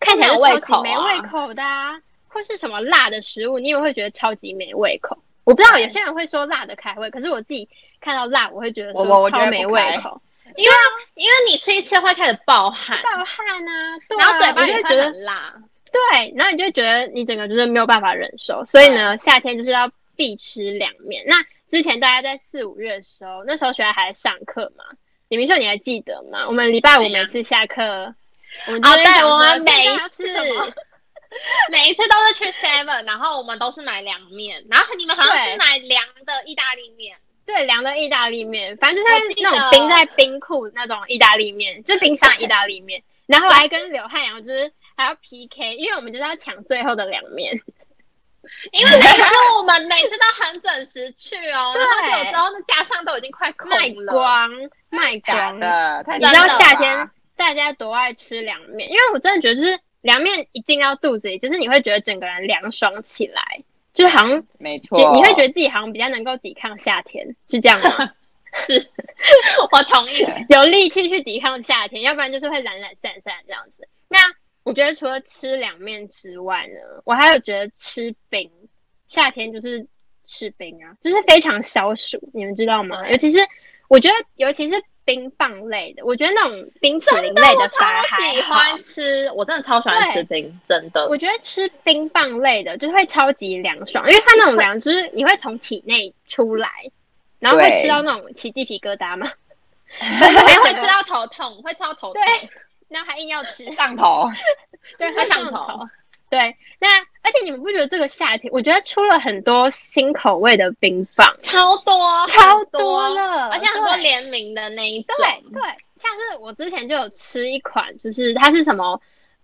看起来就超级没胃口的、啊，或是什么辣的食物，你也会觉得超级没胃口。我不知道有些人会说辣的开胃，可是我自己看到辣，我会觉得我我说我觉得超没不胃开口，因为因为你吃一次会开始爆汗，暴汗啊，对啊然后嘴巴我就也会觉会得很辣。对，然后你就会觉得你整个就是没有办法忍受，所以呢，夏天就是要必吃凉面。那之前大家在四五月的时候，那时候学校还在上课嘛，李明秀你还记得吗？我们礼拜五对呀每次下课，我们就哦，会想对，说我们今每天要一吃次什么每一次都是去 Seven，然后我们都是买凉面，然后你们好像对是买凉的意大利面，对凉的意大利面，反正就是我记那种得冰在冰库那种意大利面，就冰箱意大利面。然后我还跟刘汉阳就是还要 PK，因为我们就是要抢最后的凉面。因为每次我们每次都很准时去哦， 对然后就之后那加上都已经快空卖了。光，卖假光的，太你知道真的夏吧天大家多爱吃凉面，因为我真的觉得就是凉面一进到肚子里，就是你会觉得整个人凉爽起来，就是好像没错就，你会觉得自己好像比较能够抵抗夏天，是这样吗？是，我同意。有力气去抵抗夏天，要不然就是会懒懒散散这样子。那我觉得除了吃凉面之外呢，我还有觉得吃冰，夏天就是吃冰啊，就是非常消暑，你们知道吗？对尤其是我觉得，尤其是冰棒类的，我觉得那种冰淇淋类我的反而超还喜好欢吃，我真的超喜欢吃冰，真的。我觉得吃冰棒类的就会超级凉爽，因为它那种凉就是你会从体内出来，然后会对吃到那种起鸡皮疙瘩嘛，还会吃到头痛，会吃到头痛。对， 然后还硬要吃，上头，对，会上头头。对，那而且你们不觉得这个夏天，我觉得出了很多新口味的冰棒，超多，超很多了，而且很多对联名的那一种。对对，像是我之前就有吃一款，就是它是什么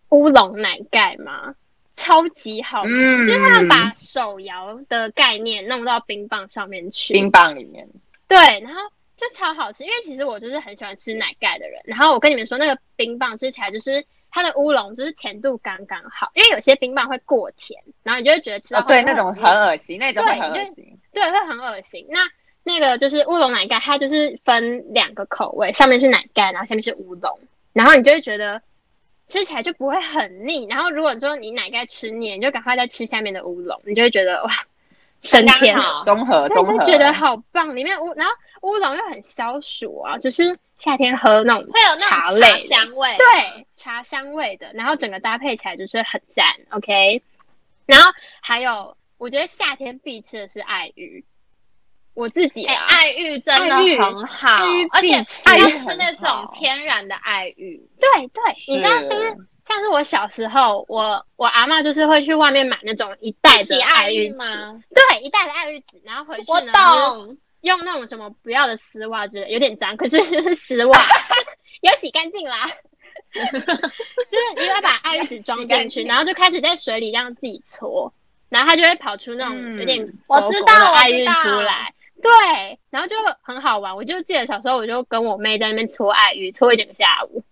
乌龙奶盖嘛，超级好吃，嗯就是他们把手摇的概念弄到冰棒上面去，冰棒里面，对，然后就超好吃。因为其实我就是很喜欢吃奶盖的人，然后我跟你们说，那个冰棒吃起来就是它的乌龙就是甜度刚刚好，因为有些冰棒会过甜，然后你就会觉得吃到、哦，对，那种很恶心，那种对会很你就恶心，对，会很恶心。那那个就是乌龙奶盖，它就是分两个口味，上面是奶盖，然后下面是乌龙，然后你就会觉得吃起来就不会很腻。然后如果说你奶盖吃腻，你就赶快再吃下面的乌龙，你就会觉得哇，升刚天啊好综合对，综就合，觉得好棒。里面乌，然后乌龙又很消暑啊，就是夏天喝那种会有那茶种茶类的香味。对，茶香味的，然后整个搭配起来就是很赞，OK。然后还有，我觉得夏天必吃的是爱鱼，我自己哎、啊，爱玉真的爱玉很好爱玉，而且必吃要吃那爱玉很种好天然的爱玉，对对，你知道是是不是？像是我小时候，我我阿嬷就是会去外面买那种一袋喜的爱玉玉子，吗？对，一袋的爱玉子，然后回去我呢就是懂，用那种什么不要的丝袜之类，有点脏，可是就是丝 袜有洗干净 啦。就是你要把爱玉子装进去，然后就开始在水里让自己搓，然后它就会跑出那种嗯有点我狗狗知的道我爱知玉道出来。对，然后就很好玩。我就记得小时候，我就跟我妹在那边搓爱玉，搓一整个下午，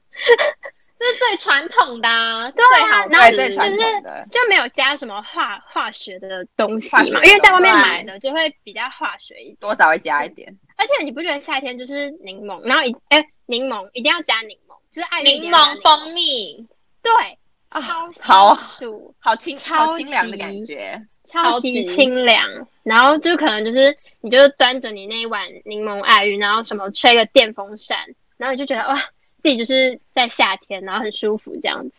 这是最传统的、啊，对啊最好吃然后对，最传就是统的，就没有加什么化化学的东西化学嘛，因为在外面东西买的就会比较化学一点。多少会加一点，而且你不觉得夏天就是柠檬，然后一哎柠檬一定要加柠檬，就是爱玉一定柠要加檬蜂蜜，对，啊超好消暑，好清超好清凉的感级觉，超级清凉。然后就可能就是你就端着你那一碗柠檬爱玉，然后什么吹个电风扇，然后你就觉得哇，自己就是在夏天，然后很舒服这样子。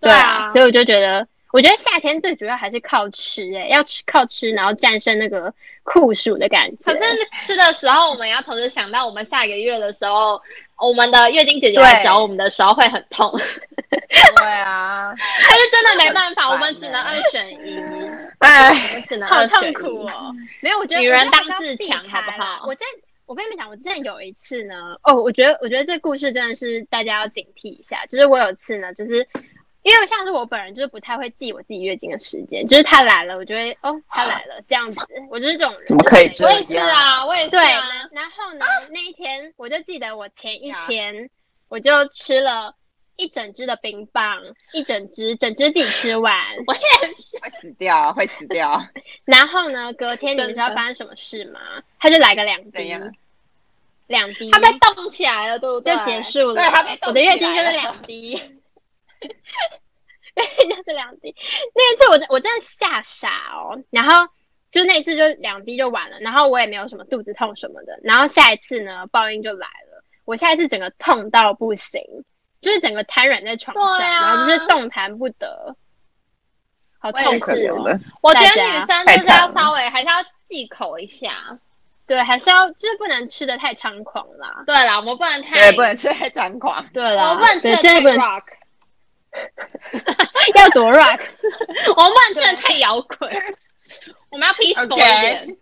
对啊所以我就觉得，我觉得夏天最主要还是靠吃、欸，要吃靠吃，然后战胜那个酷暑的感觉。可是吃的时候，我们要同时想到，我们下一个月的时候，我们的月经姐姐来对找我们的时候会很痛，对啊，但是真的没办 法，我很烦们只能欸二选一，我哎，们只能好二痛选一。苦哦。没有，我觉得女人我觉得还是要当自避强开好不好啦我在我跟你们讲，我之前有一次呢，哦，我觉得我觉得这个故事真的是大家要警惕一下。就是我有一次呢，就是因因为像是我本人就是不太会记我自己月经的时间，就是他来了，我就会哦他来了这样子，我就是这种人。怎么可以这我样？也是啊，我也是对，啊。然然后呢，那一天我就记得我前一天我就吃了一整只的冰棒，一整只，整只自己吃完。我也是，会死掉，会死掉，然后呢，隔天你们知道真的发生什么事吗？他就来个两怎滴样，两滴，它被冻起来了，对不对？就结。束了对他被。冻我的月起经来就是了两滴， 对，就是两滴。那一次我真我真的吓傻哦，然后就那一次就两滴就完了，然后我也没有什么肚子痛什么的，然后下一次呢报应就来了，我下一次整个痛到不行，就是整个瘫软在床上，对啊然后就是动弹不得，好我也痛太苦可是怜哦。了。我觉大得家女生就是太惨要了稍微还是要忌口一下。对，还是要就是不能吃的太猖狂啦。对啦，我们不能太对，不能太猖狂。对我啦，哦们不能吃对的真太的不能 rock， 要 多 rock。我们不能吃的太摇滚，我们要 peaceful 一 OK 点。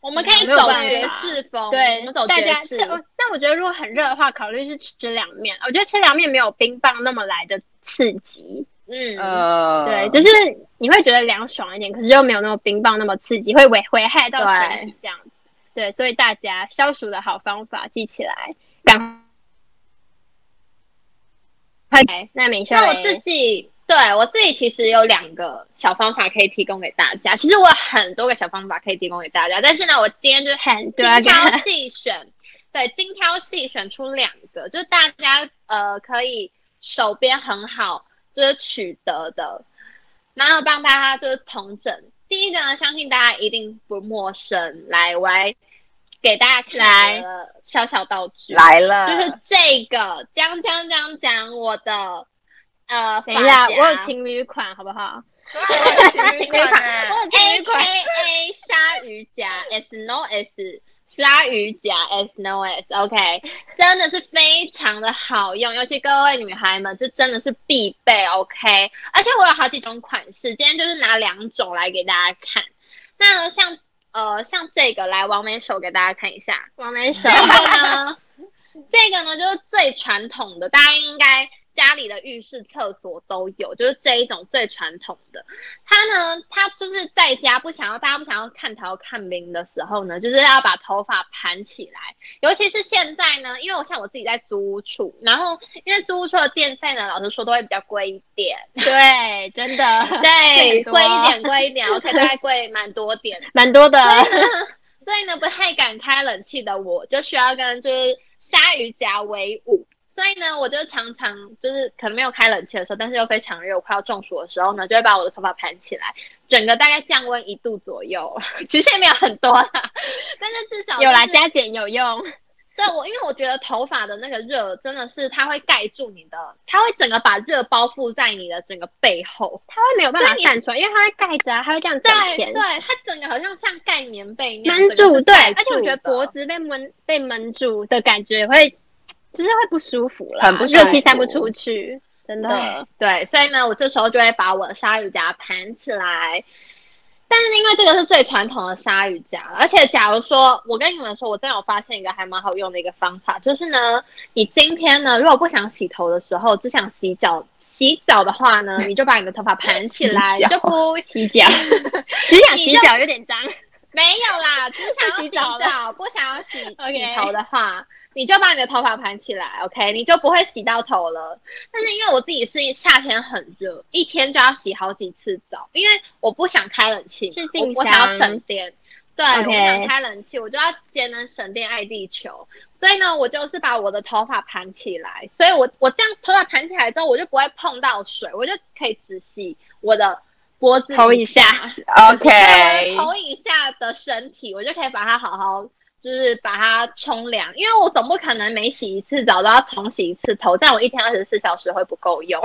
我们可以没有走办法爵士风，对，我们走大哦爵家士吃。。我但我觉得如果很热的话，考虑是吃凉面。我觉得吃凉面没有冰棒那么来的刺激，嗯，呃，对，就是你会觉得凉爽一点，可是又没有那么冰棒那么刺激，会危危害到身体这样子。对，所以大家消暑的好方法记起来，赶快。那明秀那我嘞自己对我自己其实有两个小方法可以提供给大家。其实我有很多个小方法可以提供给大家，但是呢，我今天就很多啊精挑给细选，对，精挑细选出两个，就是大家呃可以手边很好就是取得的，然后帮大家就是统整。第一个呢，相信大家一定不陌生，来，我来给大家看来我的小小道具，来了， 就是这个，讲讲讲讲我的呃等一下，发夹我有情侣款，好不好？情侣款我有 A 情 K 侣款， A 鲨鱼夹 S No S 鲨鱼夹 S No S OK，真的是非常的好用，尤其各位女孩们，这真的是必备 OK。而且我有好几种款式，今天就是拿两种来给大家看。那呢，像呃像这个来王美手给大家看一下，我没手这。个呢，这个呢就是最传统的，大家应该家里的浴室、厕所都有，就是这一种最传统的。它呢，它就是在家不想要大家不想要看头看冰的时候呢，就是要把头发盘起来。尤其是现在呢，因为我像我自己在租屋处，然后因为租屋处的电费呢，老实说都会比较贵一点，对，真 的对，很多贵一点，贵一点，OK，大概贵蛮多点的蛮多的。所以呢，不太敢开冷气的我，就需要跟就是鲨鱼夹为伍。所以呢，我就常常就是可能没有开冷气的时候，但是又非常热，我快要中暑的时候呢，就会把我的头发盘起来，整个大概降温一度左右， 其实也没有很多啦，但是至少、有啦，就是加减有用。对我，因为我觉得头发的那个热真的是它会盖住你的，它会整个把热包覆在你的整个背后，它会没有办所法以你散出来，因为它会盖着啊，它会这样整对天对，它整个好像像盖棉被那样，整闷个住，是对盖，而且我觉得住的脖子被闷被闷住的感觉会，就是会不舒服啦，很不舒热气散服不出去，真的对。嗯对，所以呢，我这时候就会把我的鲨鱼夹盘起来。但是因为这个是最传统的鲨鱼夹了，而且假如说我跟你们说，我真的有发现一个还蛮好用的一个方法，就是呢，你今天呢，如果不想洗头的时候，只想洗脚，洗澡的话呢，你就把你的头发盘起来，洗脚你就不洗 脚，只想你洗就脚有点脏，没有 啦，只想要不洗洗澡澡，的不想要洗 OK 洗头的话，你就把你的头发盘起来，OK，你就不会洗到头了。但是因为我自己是夏天很热，一天就要洗好几次澡，因为我不想开冷气嘛，是我静我想要香省电。对 OK 我不想开冷气，我就要节能省电爱地球。所以呢，我就是把我的头发盘起来，所以我我这样头发盘起来之后，我就不会碰到水，我就可以只洗我的脖子头以下 对， OK，我的头以下的身体，我就可以把它好好，就是把它冲凉，因为我总不可能每洗一次澡都要重洗一次头，但我一天二十四小时会不够 用，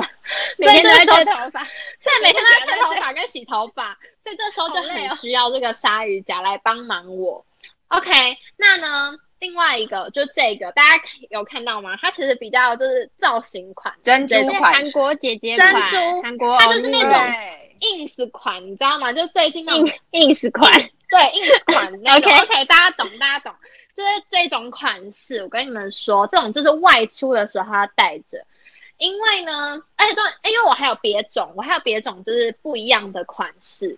所每以天这都个时候在吹，头发，所以每天都在每天吹都在吹头发跟洗头发，所以这时候就好累哦很需要这个鲨鱼夹来帮忙我。OK，那呢？另外一个就这个，大家有看到吗？它其实比较就是造型款，珍珠这是款韩式，国姐姐珍款，珠韩国它就是那种对 ins 款，你知道吗？就最近那种 ins 款，对，ins 款那种 OK OK，大家懂，大家懂，就是这种款式。我跟你们说，这种就是外出的时候要带着。因为呢，而且都因为我还有别种，我还有别种就是不一样的款式，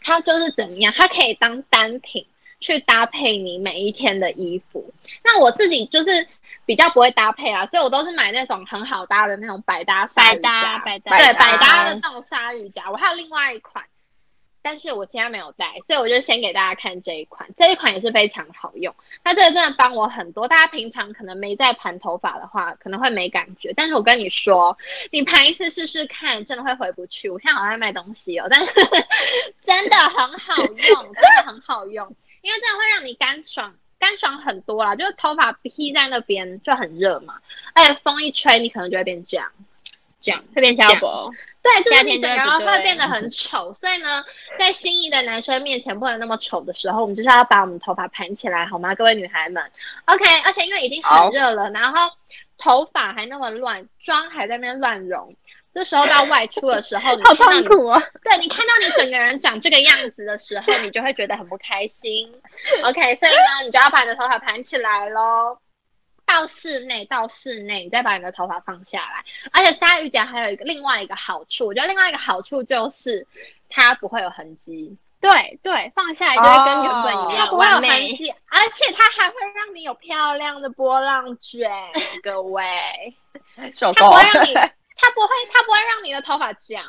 它就是怎么样，它可以当单品去搭配你每一天的衣服。那我自己就是比较不会搭配啊，所以我都是买那种很好搭的那种百搭百鲨鱼搭夹，百搭，对百搭百搭的那种鲨鱼夹。我还有另外一款，但是我现在没有带，所以我就先给大家看这一款，这一款也是非常好用。它这个真的帮我很多，大家平常可能没在盘头发的话，可能会没感觉，但是我跟你说，你盘一次试试看，真的会回不去。我现在好像在卖东西哦，但是 真的很好用，真的很好用，因为这样会让你干爽。干爽很多啦，就是头发披在那边就很热嘛，而且风一吹，你可能就会变这样，这样。会变小博，对，就是夏你天就整个会人比会对变得 很丑，所以呢，在心仪的男生面前不能那么丑的时候，我们就是要把我们头发盘起来，好吗，各位女孩们？OK，而且因为已经很好热了，然后头发还那么乱，妆还在那边乱融，这时候到外出的时候，你好看到痛你苦哦。对你看到你整个人长这个样子的时候，你就会觉得很不开 心。OK，所以呢，你就要把你的头发盘起来喽。到室内，到室内，你再把你的头发放下来。而且鲨鱼夹还有一个另外一个好处，我觉得另外一个好处就是它不会有痕迹，对对，放下来就会跟原本哦一它样不会有完痕美。迹，而且它还会让你有漂亮的波浪卷，各位，手它工不会让你， 它不会，它不会让你的头发这样，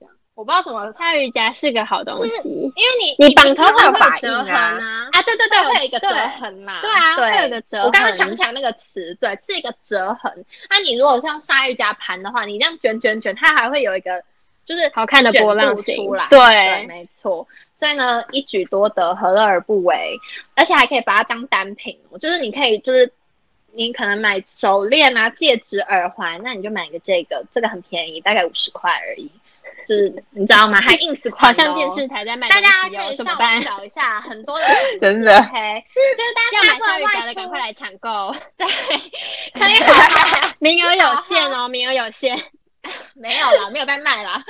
这样，我不知道怎么鲨鱼夹是个好东西，因为你你绑头发发会发有折印痕啊啊，啊，对对对，会有一个对折痕啦，对啊对，会有一个折痕我刚刚想不起来那个词，对，是一个折痕。那、你如果像鲨鱼夹盘的话，你这样卷卷卷，它还会有一个就是好看的卷波浪度形出来，对，对，没错。所以呢，一举多得，何乐而不为？而且还可以把它当单品，哦就是你可以就是。你可能买手链啊、戒指、耳环，那你就买个这个，这个很便宜，大概五十块而已，就是你知道吗？还 ins 款、好哦，像电视台在卖东大西家哦可以怎么上办网？找一下很多 的真的 OK，就是大家要买鲨鱼夹的赶快来，来抢购， 对，可以好好名额有限哦，名额有限。没有啦，没有在卖啦，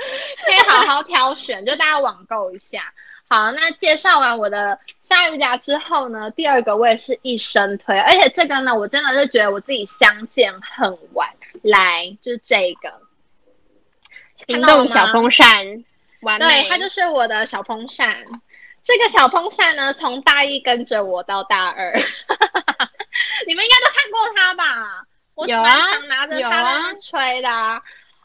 可以好好挑选，就大家网购一下。好，那介绍完我的鲨鱼夹之后呢，第二个我也是一生推，而且这个呢，我真的是觉得我自己相见恨晚。来，就是这个行动小，风扇，看完到了吗对，美，它就是我的小风扇。这个小风扇呢，从大一跟着我到大二， 你们应该都看过它吧？我有啊蛮常拿着有它啊在那边吹的、啊。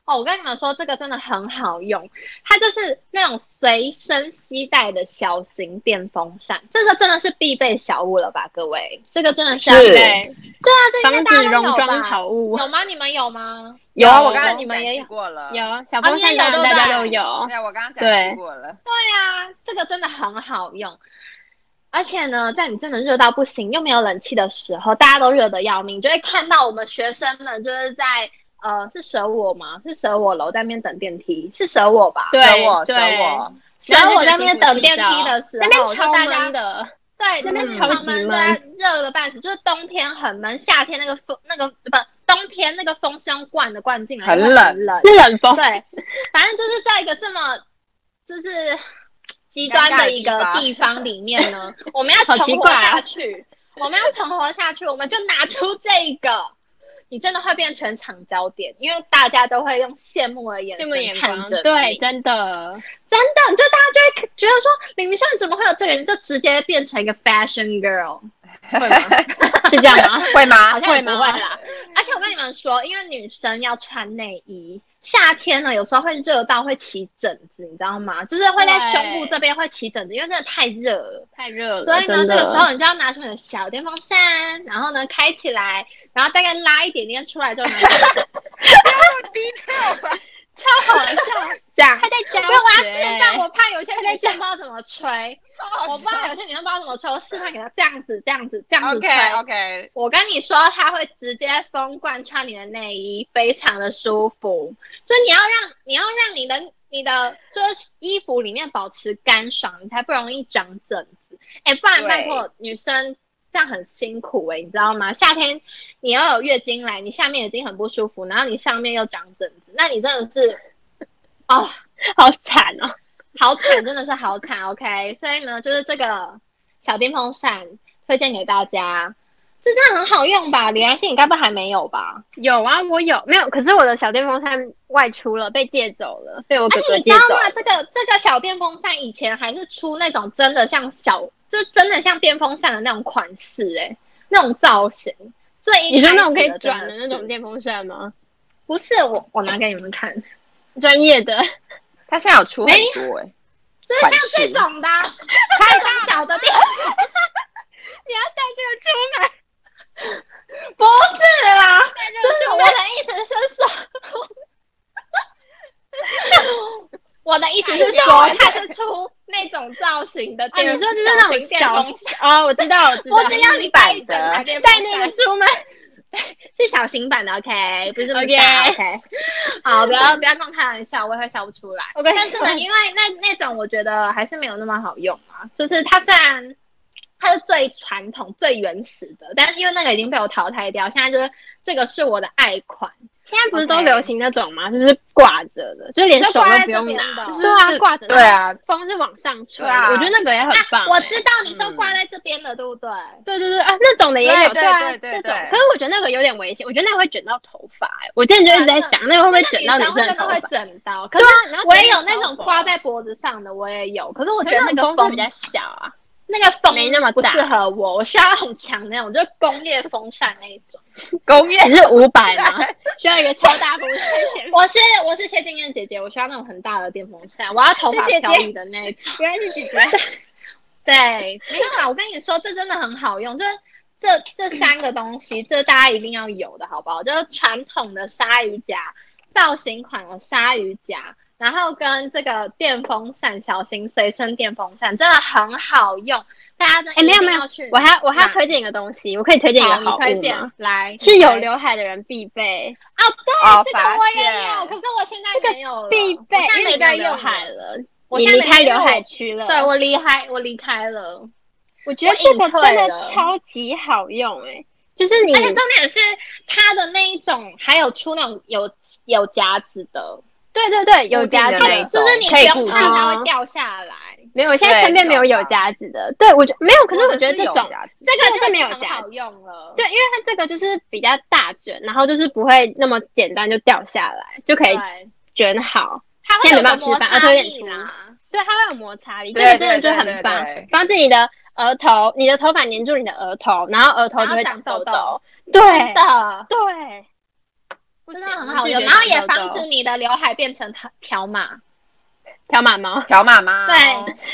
哦，我跟你们说，这个真的很好用，它就是那种随身携带的小型电风扇，这个真的是必备小物了吧，各位？这个真的是是对对，啊，这应该防大家止都容有妆吧？好物。有吗？你们有吗？ 有啊，我有刚刚有你们展也示有过了，有小风扇，你也哦有当然大家对都不对有。对，我刚刚哦对展示过了，对啊，这个真的很好用。而且呢，在你真的热到不行又没有冷气的时候，大家都热得要命，你就会看到我们学生们就是在呃是舍我吗？是舍我楼在那边等电梯，是舍我吧？对舍我舍对我，舍我在那边等电梯的时候，那边就超大家闷的，对，那那边边超超级闷，闷对，热了半死。就是冬天很闷，夏天那个风那个不，冬天那个风是用灌的灌进来，很就很冷冷。是冷风。对，反正就是在一个这么就是极端的一个地方里面呢，我们要好存奇活怪啊下去，我们要存活下去，我们就拿出这个。你真的会变全场焦点，因为大家都会用羡慕的眼这神么眼看光着，你对，真的，真的，就大家就会觉得说，李明炫怎么会有这个人，就直接变成一个 fashion girl，会吗？ 是这样 吗？会吗好？像也会不吗会啦。而且我跟你们说，因为女生要穿内衣，夏天呢有时候会热到会起疹子，你知道吗？就是会在对胸部这边会起疹子，因为真的太热了。太热了，所以呢，真这的个时候你就要拿出你的小电风扇，然后呢开起来，然后大概拉一点点出来就能超 好笑， 这样他。在教因为我要学哎示范，我怕有些女生不知道怎么吹。哦我不知道有些女生不知道怎么吹，我示范给她这样子、这样子、这样子吹。 OK OK，我跟你说，它会直接风贯穿你的内衣，非常的舒服。所以你要让你要让你的你的就是衣服里面保持干爽，你才不容易长疹子。哎、不然对拜托女生。这样很辛苦哎、你知道吗？夏天你要有月经来，你下面已经很不舒服，然后你上面又长疹子，那你真的是，哦，好惨哦，好惨，真的是好惨。OK，所以呢，就是这个小电风扇推荐给大家。这真的很好用吧？李安信你该不还没有吧？有啊，我有没有？可是我的小电风扇外出了，被借走了，被我哥哥哎你知借道走了。吗？这个这个小电风扇以前还是出那种真的像小，就是真的像电风扇的那种款式、欸，哎，那种造型。最一你说那开种可始以的真转的的那是种电风扇吗？不是我，我拿给你们看，专业的，他现在有出很多哎、就是像款式这种的啊、太大小的 电，你要带这个出门？不是啦，就就是我的意思是说，我的意思是说，它是出那种造型的哎啊，电，你说就是那小种型 电小风扇，哦，我知道，我知道我，只要你带一整台电风带扇那个出门。是小型版的，OK，不是 OK OK OK。好， 不要不要跟我开玩笑，我也会笑不出来。 OK，但是呢，因为那那种我觉得还是没有那么好用啊，就是它虽然它是最传统、最原始的，但是因为那个已经被我淘汰掉，现在就是这个是我的爱款，现在不是都流行那种吗？就是挂着的，就连手都不用就拿。挂在这边的对啊，挂着。对，啊，风是往上吹，对啊我觉得那个也很棒。嗯我知道你说挂在这边的，对不对？对对对啊，那种的也有，对对啊，对这对种对。可是我觉得那个有点危险，我觉得那个会卷到头发。哎，我之前就一直在想，那个会不会卷到女那女生生的会真的头发会？卷到，可对是啊，然后我也有那种卷到头发啊挂，在脖子上的，我也有，可是我可觉是得那那个个风是风比较小啊。那个风没那么不大适合我，我需要很强那种，就是工业风扇那一种。工业你是五百 吗？需要一个超大风扇前面。我是我是谢金燕姐姐，我需要那种很大的电风扇，我要头发是姐姐飘逸的那一种。 原来是姐姐，对，没有啦，我跟你说，这真的很好用，就是这这三个东西，这大家一定要有的好不好？就是传统的鲨鱼夹，造型款的鲨鱼夹，然后跟这个电风扇，小型随身电风扇，真的很好用，大家真的哎没有一定没有要去我还我还要那推荐一个东西，我可以推荐一个好，你好推物荐吗？来是有流刘海的人必备，啊，对，哦这个发我也现有，可是我现在这个没有了必备嗯我，现因为在没你没有有刘用海了，了，我你现在离没开有刘海用区了。对我离开我离开了，我觉得我这个隐退真的了超级好用哎、就是你欸而且重点是它的那一种，还有出那种有有夹子的，对对对有固定夹的子，那一种就是你不可以用固怕定它哦会掉下来。没有，我现在对身边没有有有吧夹子的。对我觉没有，可是我觉得这有种夹子这这个个就是没有很夹好用了，对，因为它这个就是比较大卷，然后就是不会那么简单就掉下来，就可以对，卷好。它会现在有没个办法摩示范啊擦这有点力粗啦。对，它会有摩擦力，这对个真的对就对很对棒对，防止你的额头，你的头发粘住你的额头，然后额头然就后哦会长痘痘痘痘。对真的，对，不真的行很我好拒用，绝然后长也痘防痘止你的刘海变成条条码。条码毛。条妈妈，对，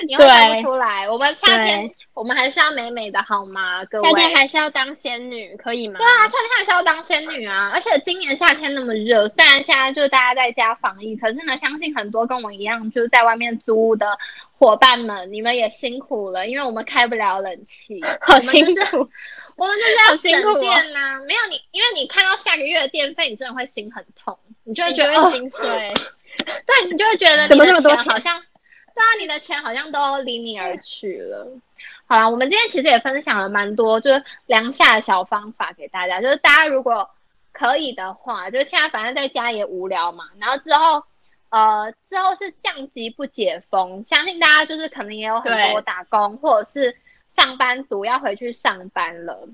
你会看不出来。我们夏天我们还是要美美的好吗？各位，夏天还是要当仙女，可以吗？对啊，夏天还是要当仙女啊！而且今年夏天那么热，虽然现在就是大家在家防疫，可是呢，相信很多跟我一样就是在外面租屋的伙伴们，你们也辛苦了，因为我们开不了冷气，好辛我们就是苦。我们就是要好辛苦省哦电啦、没有你，因为你看到下个月的电费，你真的会心很痛，你就会你觉就得会哦心 碎。对你就会觉得怎你么的这么多钱好像，对啊，你的钱好像都离你而去了。好啦，我们今天其实也分享了蛮多，就是凉夏的小方法给大家。就是大家如果可以的话，就是现在反正在家也无聊嘛，然后之后，呃，之后是降级不解封，相信大家就是可能也有很多对打工或者是上班族要回去上班了。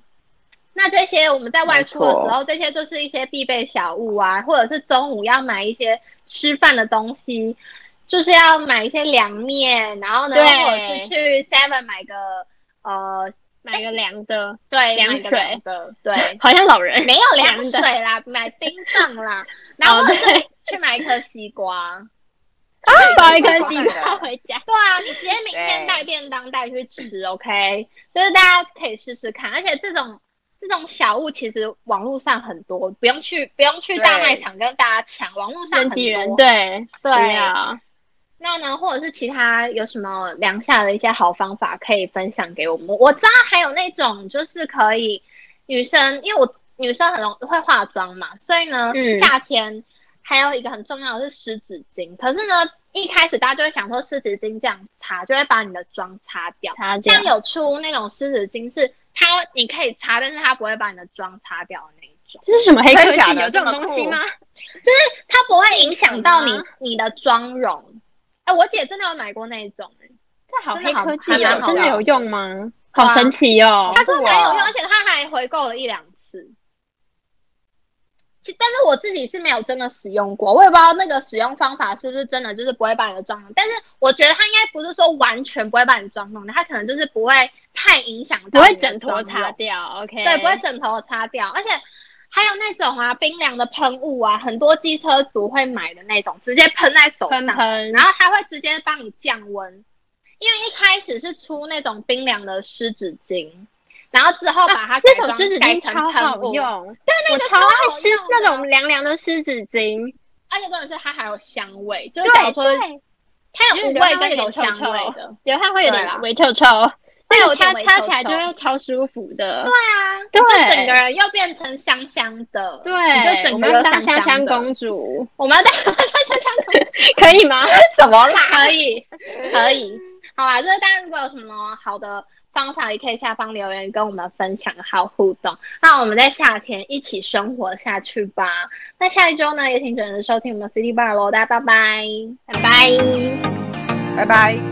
那这些我们在外出的没错时候，这些就是一些必备小物啊，或者是中午要买一些吃饭的东西，就是要买一些凉面，然后呢，对或者是去 Seven 买个呃，买个凉的，对，凉买个水，凉的，对好像老人。没有凉 凉的水啦，买冰棒啦，然后 哦或者是对 哦去买一颗西瓜。抱一颗西瓜回家。对啊，你直接明天对带便当带去吃，OK？就是大家可以试试看，而且这种这种小物其实网络上很多，不用去不用去对大卖场跟大家抢，网络上很人多挤人，对对。啊不要那呢，或者是其他有什么凉夏的一些好方法可以分享给我们？我知道还有那种就是可以女生，因为我女生很容易会化妆嘛，所以呢，嗯夏天还有一个很重要的是湿纸巾。可是呢，一开始大家就会想说湿纸巾这样擦就会把你的妆擦掉，擦掉像。有出那种湿纸巾是它你可以擦，但是它不会把你的妆擦掉的那一种。这是什么黑科真假技？的有这种这么东酷西吗？它不会影响到你嗯你的妆容。哎、我姐真的有买过那一种、欸这好真的黑好科技还蛮！哦好真笑的啊有的用吗？好神奇哦！他说蛮有用，而且他还回购了一两次。其但是我自己是没有真的使用过，我也不知道那个使用方法是不是真的就是不会把你的妆弄。但是我觉得他应该不是说完全不会把你妆弄的，他可能就是不会太影响到，不会整头擦掉。OK，对，不会整头擦掉，而且还有那种啊冰凉的喷雾啊，很多机车族会买的那种，直接喷在手上，喷喷然后他会直接帮你降温。因为一开始是出那种冰凉的湿纸巾，然后之后把它、啊、那种湿纸巾超好用，对，那个超好用，湿那种凉凉的湿纸巾，而且重点是它还有香味，就是假如说它有味跟有香味的，流汗会有点微臭臭，那个擦擦起来就会超舒服的，对啊，就整个人又变成香香的，对，你就整个人当香香公主，我们要当香香公主，可以吗？ 怎么啦？可以，可以。好啦，就是大家如果有什么好的方法，也可以下方留言跟我们分享，好互动。那我们在夏天一起生活下去吧。那下一周呢，也请准时收听我们的 City Bar 喽，大家拜拜，拜拜，拜拜。